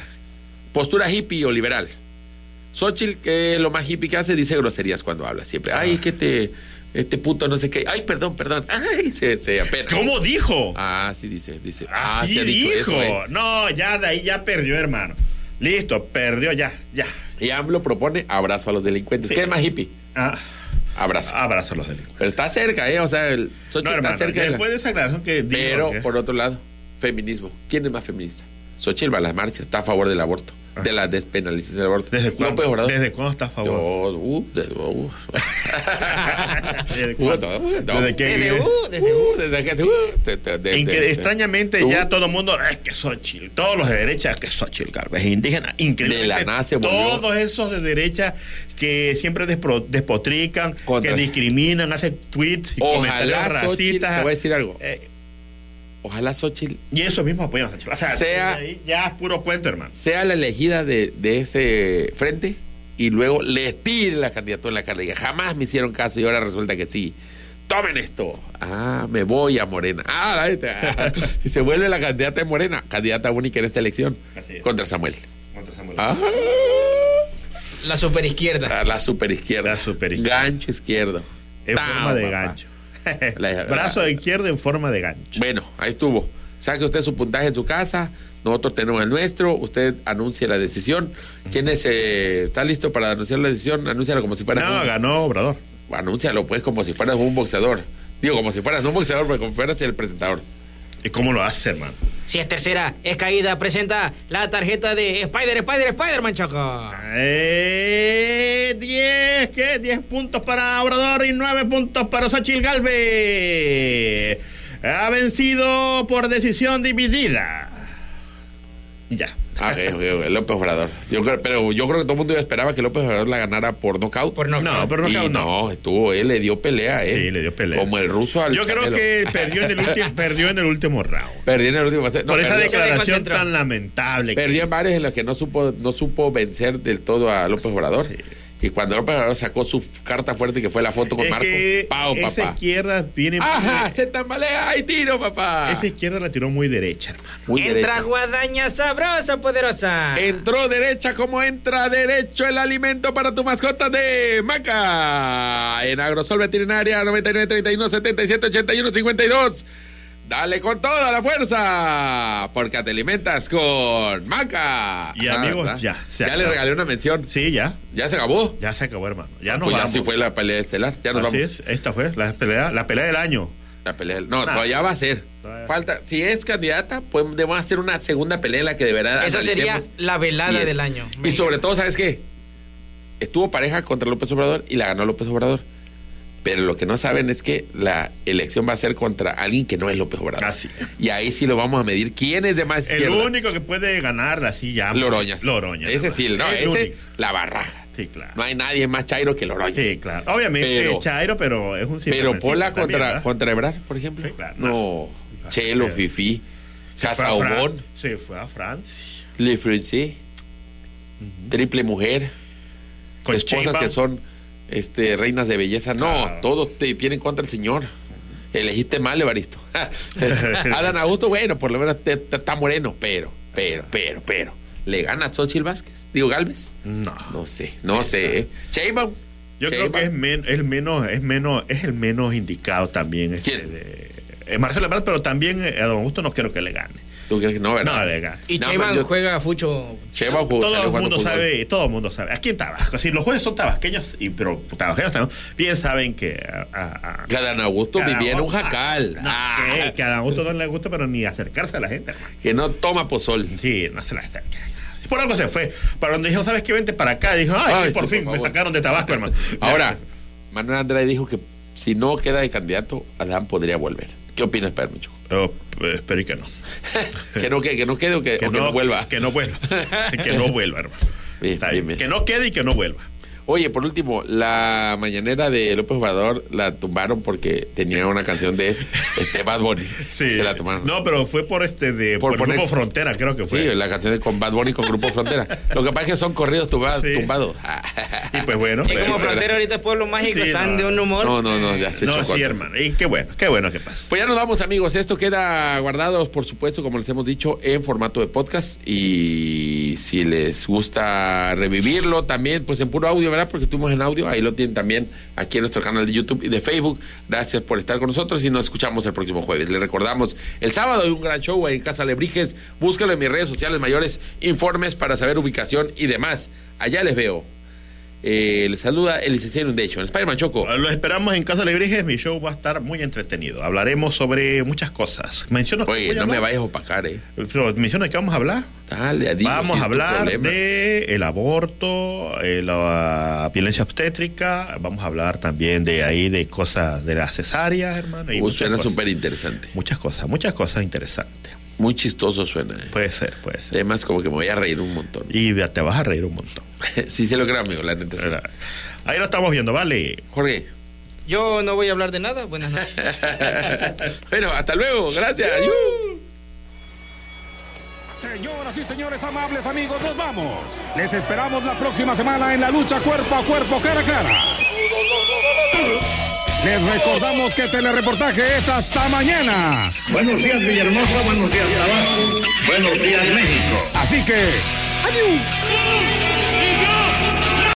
Speaker 4: Postura hippie o liberal. Xochitl, que es lo más hippie que hace, dice groserías cuando habla siempre.
Speaker 5: Ah.
Speaker 4: Ay, es que este, este puto no sé qué. Ay, perdón, perdón. Ay, se, se apena.
Speaker 5: ¿Cómo dijo?
Speaker 4: Ah, sí, dice, dice. Ah,
Speaker 5: Así
Speaker 4: se ha dicho eso,
Speaker 5: dijo.
Speaker 4: ¿eh?
Speaker 5: No, ya de ahí ya perdió, hermano. Listo, perdió ya, ya.
Speaker 4: Y AMLO propone abrazo a los delincuentes.
Speaker 5: Sí.
Speaker 4: ¿Qué es más hippie?
Speaker 5: Ah,
Speaker 4: Abrazo.
Speaker 5: abrazo a los delincuentes.
Speaker 4: Pero está cerca, ¿eh? O sea, el Xochitl
Speaker 5: No,
Speaker 4: está
Speaker 5: hermano,
Speaker 4: cerca. de la-
Speaker 5: después de esa aclaración que dijo
Speaker 4: Pero,
Speaker 5: que-
Speaker 4: por otro lado, feminismo. ¿Quién es más feminista? Xochitl va a las marchas, está a favor del aborto, de la despenalización del aborto.
Speaker 5: Ah. ¿Desde cuándo,
Speaker 4: López Obrador.
Speaker 5: ¿Desde cuándo está a favor?
Speaker 4: Yo, uh, desde, uh.
Speaker 5: ¿Desde
Speaker 4: Uh,
Speaker 5: cuándo?
Speaker 4: todo, uh, todo.
Speaker 5: ¿Desde qué?
Speaker 6: Desde, uh, desde, uh.
Speaker 4: Uh, desde que- uh, te- te- de-
Speaker 5: En
Speaker 4: de-
Speaker 5: que
Speaker 4: de- Uh,
Speaker 5: extrañamente
Speaker 4: tú,
Speaker 5: ya todo el mundo es que Xochitl, todos los de derecha es que Xochitl Gálvez, indígena, increíble.
Speaker 4: De la nada se volvió.
Speaker 5: todos esos de derecha que siempre despro- despotrican,
Speaker 4: Contra-
Speaker 5: que discriminan, hacen tweets y
Speaker 4: Ojalá
Speaker 5: comentarios
Speaker 4: Xochitl-
Speaker 5: racistas.
Speaker 4: te voy a decir algo.
Speaker 5: Eh,
Speaker 4: Ojalá Xochitl
Speaker 5: y eso mismo apoyan a Xochitl. O sea,
Speaker 4: Sea-
Speaker 5: ahí ya es puro cuento, hermano.
Speaker 4: sea la elegida de, de ese frente y luego le tire la candidatura en la cara. Diga, Jamás me hicieron caso y ahora resulta que sí. Tomen esto. Ah, me voy a Morena. Ah, la viste. Ah. Y se vuelve la candidata de Morena, candidata única en esta elección
Speaker 5: Así es.
Speaker 4: contra Samuel.
Speaker 5: Contra Samuel.
Speaker 4: Ah,
Speaker 6: La superizquierda.
Speaker 4: a la superizquierda.
Speaker 5: La superizquierda.
Speaker 4: Gancho izquierdo.
Speaker 5: En
Speaker 4: Tam,
Speaker 5: forma de
Speaker 4: papá.
Speaker 5: gancho.
Speaker 4: La-
Speaker 5: Brazo
Speaker 4: la-
Speaker 5: izquierdo en forma de gancho.
Speaker 4: Bueno, ahí estuvo. Saque usted su puntaje en su casa. Nosotros tenemos el nuestro. Usted anuncie la decisión. ¿Quién es, eh, está listo para anunciar la decisión? Anúnciala como si fuera.
Speaker 5: No,
Speaker 4: un-
Speaker 5: ganó Obrador.
Speaker 4: Anúncialo, pues, como si fueras un boxeador. Digo, como si fueras no un boxeador, pero como si fueras el presentador.
Speaker 5: ¿Y cómo lo hace, hermano?
Speaker 6: Si es tercera, es caída. Presenta la tarjeta de Spider, Spider, Spider-Man, Choco.
Speaker 5: Eh, 10, ¿qué? 10 puntos para Obrador y 9 puntos para Xochitl Galvez. Ha vencido por decisión dividida. Ya.
Speaker 4: Ah, ok, ok, ok, López Obrador. Yo creo- pero yo creo que todo el mundo esperaba que López Obrador la ganara por nocaut.
Speaker 6: Por no.
Speaker 5: No, pero
Speaker 4: Y
Speaker 5: no, no.
Speaker 4: no, estuvo, él le dio pelea, ¿eh?
Speaker 5: Sí, le dio pelea.
Speaker 4: Como el ruso al.
Speaker 5: Yo creo
Speaker 4: Canelo.
Speaker 5: que perdió en el, ulti- perdió en el último round.
Speaker 4: Perdí en el último pase. No,
Speaker 5: Por esa
Speaker 4: perdió.
Speaker 5: declaración
Speaker 6: desconcentró.
Speaker 5: tan lamentable. que
Speaker 4: Perdió
Speaker 5: hizo.
Speaker 4: en varias en las que no supo, no supo vencer del todo a López Obrador.
Speaker 5: Sí.
Speaker 4: Y cuando López Obrador sacó su carta fuerte, que fue la foto con
Speaker 5: Es
Speaker 4: Marco,
Speaker 5: que
Speaker 4: ¡pau,
Speaker 5: esa
Speaker 4: papá!
Speaker 5: izquierda viene muy-
Speaker 4: ¡Ajá! ¡Se tambalea! ¡Ay, tiro, papá!
Speaker 5: Esa izquierda la tiró muy derecha, hermano.
Speaker 4: Muy
Speaker 6: Entra
Speaker 4: derecha. Eh,
Speaker 6: guadaña sabrosa, poderosa.
Speaker 4: Entró derecha como entra derecho el alimento para tu mascota de Maca. En Agrosol Veterinaria 99 31 77 81 52. Dale con toda la fuerza, porque te alimentas con Maca.
Speaker 5: Y
Speaker 4: Ajá,
Speaker 5: amigos,
Speaker 4: ¿verdad?
Speaker 5: ya, se
Speaker 4: Ya le
Speaker 5: acabó.
Speaker 4: regalé una mención.
Speaker 5: Sí, ya.
Speaker 4: Ya se acabó.
Speaker 5: Ya se acabó, hermano. Ya nos
Speaker 4: pues ya
Speaker 5: vamos.
Speaker 4: sí fue la pelea estelar. Ya nos
Speaker 5: Así
Speaker 4: vamos.
Speaker 5: es, esta fue la pelea, la pelea del año.
Speaker 4: La pelea. No, todavía va a ser.
Speaker 5: Todavía.
Speaker 4: Falta. Si es candidata, pues debemos hacer una segunda pelea en la que de verdad.
Speaker 6: Esa sería
Speaker 4: analicemos.
Speaker 6: la velada
Speaker 4: Sí es.
Speaker 6: del año.
Speaker 4: Y sobre todo, ¿sabes qué? Estuvo pareja contra López Obrador y la ganó López Obrador. Pero lo que no saben es que la elección va a ser contra alguien que no es López Obrador.
Speaker 5: Así.
Speaker 4: Y ahí sí lo vamos a medir. ¿Quién es de más
Speaker 5: Ah, El
Speaker 4: izquierda?
Speaker 5: único que puede ganarla así ya.
Speaker 4: Loroñas.
Speaker 5: Loroñas.
Speaker 4: Ese sí, no,
Speaker 5: El
Speaker 4: ese,
Speaker 5: único.
Speaker 4: la barraja.
Speaker 5: Sí, claro.
Speaker 4: No hay nadie más chairo que Loroñas.
Speaker 5: Sí, claro. Obviamente
Speaker 4: Pero-
Speaker 5: Chairo, pero es un
Speaker 4: Pero
Speaker 5: sinvergüenza
Speaker 4: Pola
Speaker 5: también,
Speaker 4: contra,
Speaker 5: ¿verdad?
Speaker 4: contra Ebrard, por ejemplo.
Speaker 5: Sí, claro,
Speaker 4: no. Chelo, Fifi,
Speaker 5: Se fue a Fran-
Speaker 4: Casaubón,
Speaker 5: Se fue a Francia.
Speaker 4: Le Fruitsé, triple mujer, esposas
Speaker 5: Sheinbaum.
Speaker 4: que son este, reinas de belleza. No,
Speaker 5: Claro.
Speaker 4: todos te tienen contra el señor. Elegiste mal, Evaristo. Adán Augusto, bueno, por lo menos te- te- está moreno, pero, pero, pero, pero. ¿Le gana a Xochitl Vázquez? Digo, Galvez.
Speaker 5: No.
Speaker 4: No sé, no sé. ¿eh? Sheinbaum.
Speaker 5: Yo creo
Speaker 4: Sheinbaum.
Speaker 5: que es, men- es menos, es menos, es el menos indicado también. este,
Speaker 4: ¿Quién?
Speaker 5: de- eh, Marcelo Ebrard, pero también eh, a Don Augusto no creo que le gane.
Speaker 4: ¿Tú crees que no, verdad?
Speaker 5: No le gane.
Speaker 6: Y
Speaker 4: No,
Speaker 6: Cheva
Speaker 4: yo-
Speaker 6: juega fucho.
Speaker 4: Sheinbaum jugó-
Speaker 5: Todo
Speaker 4: salió
Speaker 5: el
Speaker 4: jugando
Speaker 5: mundo
Speaker 4: fútbol.
Speaker 5: sabe, todo el mundo sabe. Aquí en Tabasco, si los jueces son tabasqueños, y, pero tabasqueños también, bien saben que a, a- a-
Speaker 4: Que Adán Augusto
Speaker 5: Cada
Speaker 4: vivía en un
Speaker 5: uno-
Speaker 4: jacal.
Speaker 5: No,
Speaker 4: Ah,
Speaker 5: que, que a Adán Augusto no le gusta, pero ni acercarse a la gente, hermano.
Speaker 4: que no toma pozol.
Speaker 5: Sí, no se la acerca. Por algo se fue. Para donde dijeron, ¿sabes qué? Vente para acá. Dijo, ay, sí,
Speaker 4: Ay,
Speaker 5: por
Speaker 4: sí,
Speaker 5: fin,
Speaker 4: por
Speaker 5: me
Speaker 4: favor.
Speaker 5: sacaron de Tabasco, hermano.
Speaker 4: Ahora, Manuel Andrade dijo que si no queda de candidato, Adán podría volver. ¿Qué opinas, Pedro Micho?
Speaker 5: Oh, eh, espero y que no.
Speaker 4: que no que, que no quede o que, o que no vuelva.
Speaker 5: Que no vuelva. que no vuelva, hermano.
Speaker 4: Bien,
Speaker 5: Está
Speaker 4: bien,
Speaker 5: bien.
Speaker 4: bien.
Speaker 5: Que no quede y que no vuelva.
Speaker 4: Oye, por último, la mañanera de López Obrador la tumbaron porque tenía una canción de este Bad Bunny.
Speaker 5: Sí.
Speaker 4: Se la tomaron.
Speaker 5: No, pues. pero fue por este de
Speaker 4: Por
Speaker 5: por,
Speaker 4: poner-
Speaker 5: Grupo Frontera, creo que
Speaker 4: Sí,
Speaker 5: fue.
Speaker 4: la canción de con Bad Bunny con Grupo Frontera. Lo que pasa es que son corridos tumba-
Speaker 5: Sí.
Speaker 4: tumbados.
Speaker 5: Y pues bueno.
Speaker 6: Y como
Speaker 5: pues-
Speaker 6: frontera ahorita Pueblo Mágico
Speaker 5: Sí,
Speaker 6: están
Speaker 5: no.
Speaker 6: de un humor.
Speaker 4: no, no, no, ya se
Speaker 5: no,
Speaker 4: chocó.
Speaker 5: sí, hermano. Y qué bueno, qué bueno que pasa.
Speaker 4: Pues ya nos vamos, amigos. Esto queda guardado, por supuesto, como les hemos dicho, en formato de podcast. Y si les gusta revivirlo también, pues en puro audio, ¿verdad? Porque estuvimos en audio. Ahí lo tienen también aquí en nuestro canal de YouTube y de Facebook. Gracias por estar con nosotros y nos escuchamos el próximo jueves. Les recordamos, el sábado hay un gran show ahí en Casa Lebrijes. Búscalo en mis redes sociales mayores, informes para saber ubicación y demás. Allá les veo. Eh, les saluda el licenciado Inundation, Spider-Man Choco.
Speaker 5: Los esperamos en Casa Lebrijes. Mi show va a estar muy entretenido. Hablaremos sobre muchas cosas. Menciono que
Speaker 4: Oye,
Speaker 5: voy a
Speaker 4: no me
Speaker 5: hablar.
Speaker 4: vayas a opacar, ¿eh?
Speaker 5: Pero menciono de qué vamos a hablar.
Speaker 4: Dale, adiós, es
Speaker 5: Vamos a
Speaker 4: tu
Speaker 5: hablar
Speaker 4: problema.
Speaker 5: de el aborto, eh, la violencia obstétrica, vamos a hablar también de ahí de cosas de las cesáreas, hermano. Y
Speaker 4: Uh,
Speaker 5: muchas
Speaker 4: suena
Speaker 5: cosas.
Speaker 4: súper interesante.
Speaker 5: Muchas cosas, muchas cosas interesantes.
Speaker 4: Muy chistoso suena. eh.
Speaker 5: Puede ser, puede ser.
Speaker 4: Además, como que me voy a reír un montón.
Speaker 5: Y ya te vas a reír un montón.
Speaker 4: sí se lo creo, amigo, la neta. sí.
Speaker 5: Ahí lo estamos viendo, vale.
Speaker 4: Jorge.
Speaker 6: Yo no voy a hablar de nada. Buenas noches.
Speaker 4: bueno, hasta luego. Gracias. Yuhu.
Speaker 2: Señoras y señores, amables amigos, nos vamos. Les esperamos la próxima semana en la lucha cuerpo a cuerpo, cara a cara. Les recordamos que telereportaje es hasta mañana.
Speaker 8: Buenos días, Villahermosa. Buenos días, Tabasco. Buenos días, México.
Speaker 2: Así que, adiós.
Speaker 9: Thank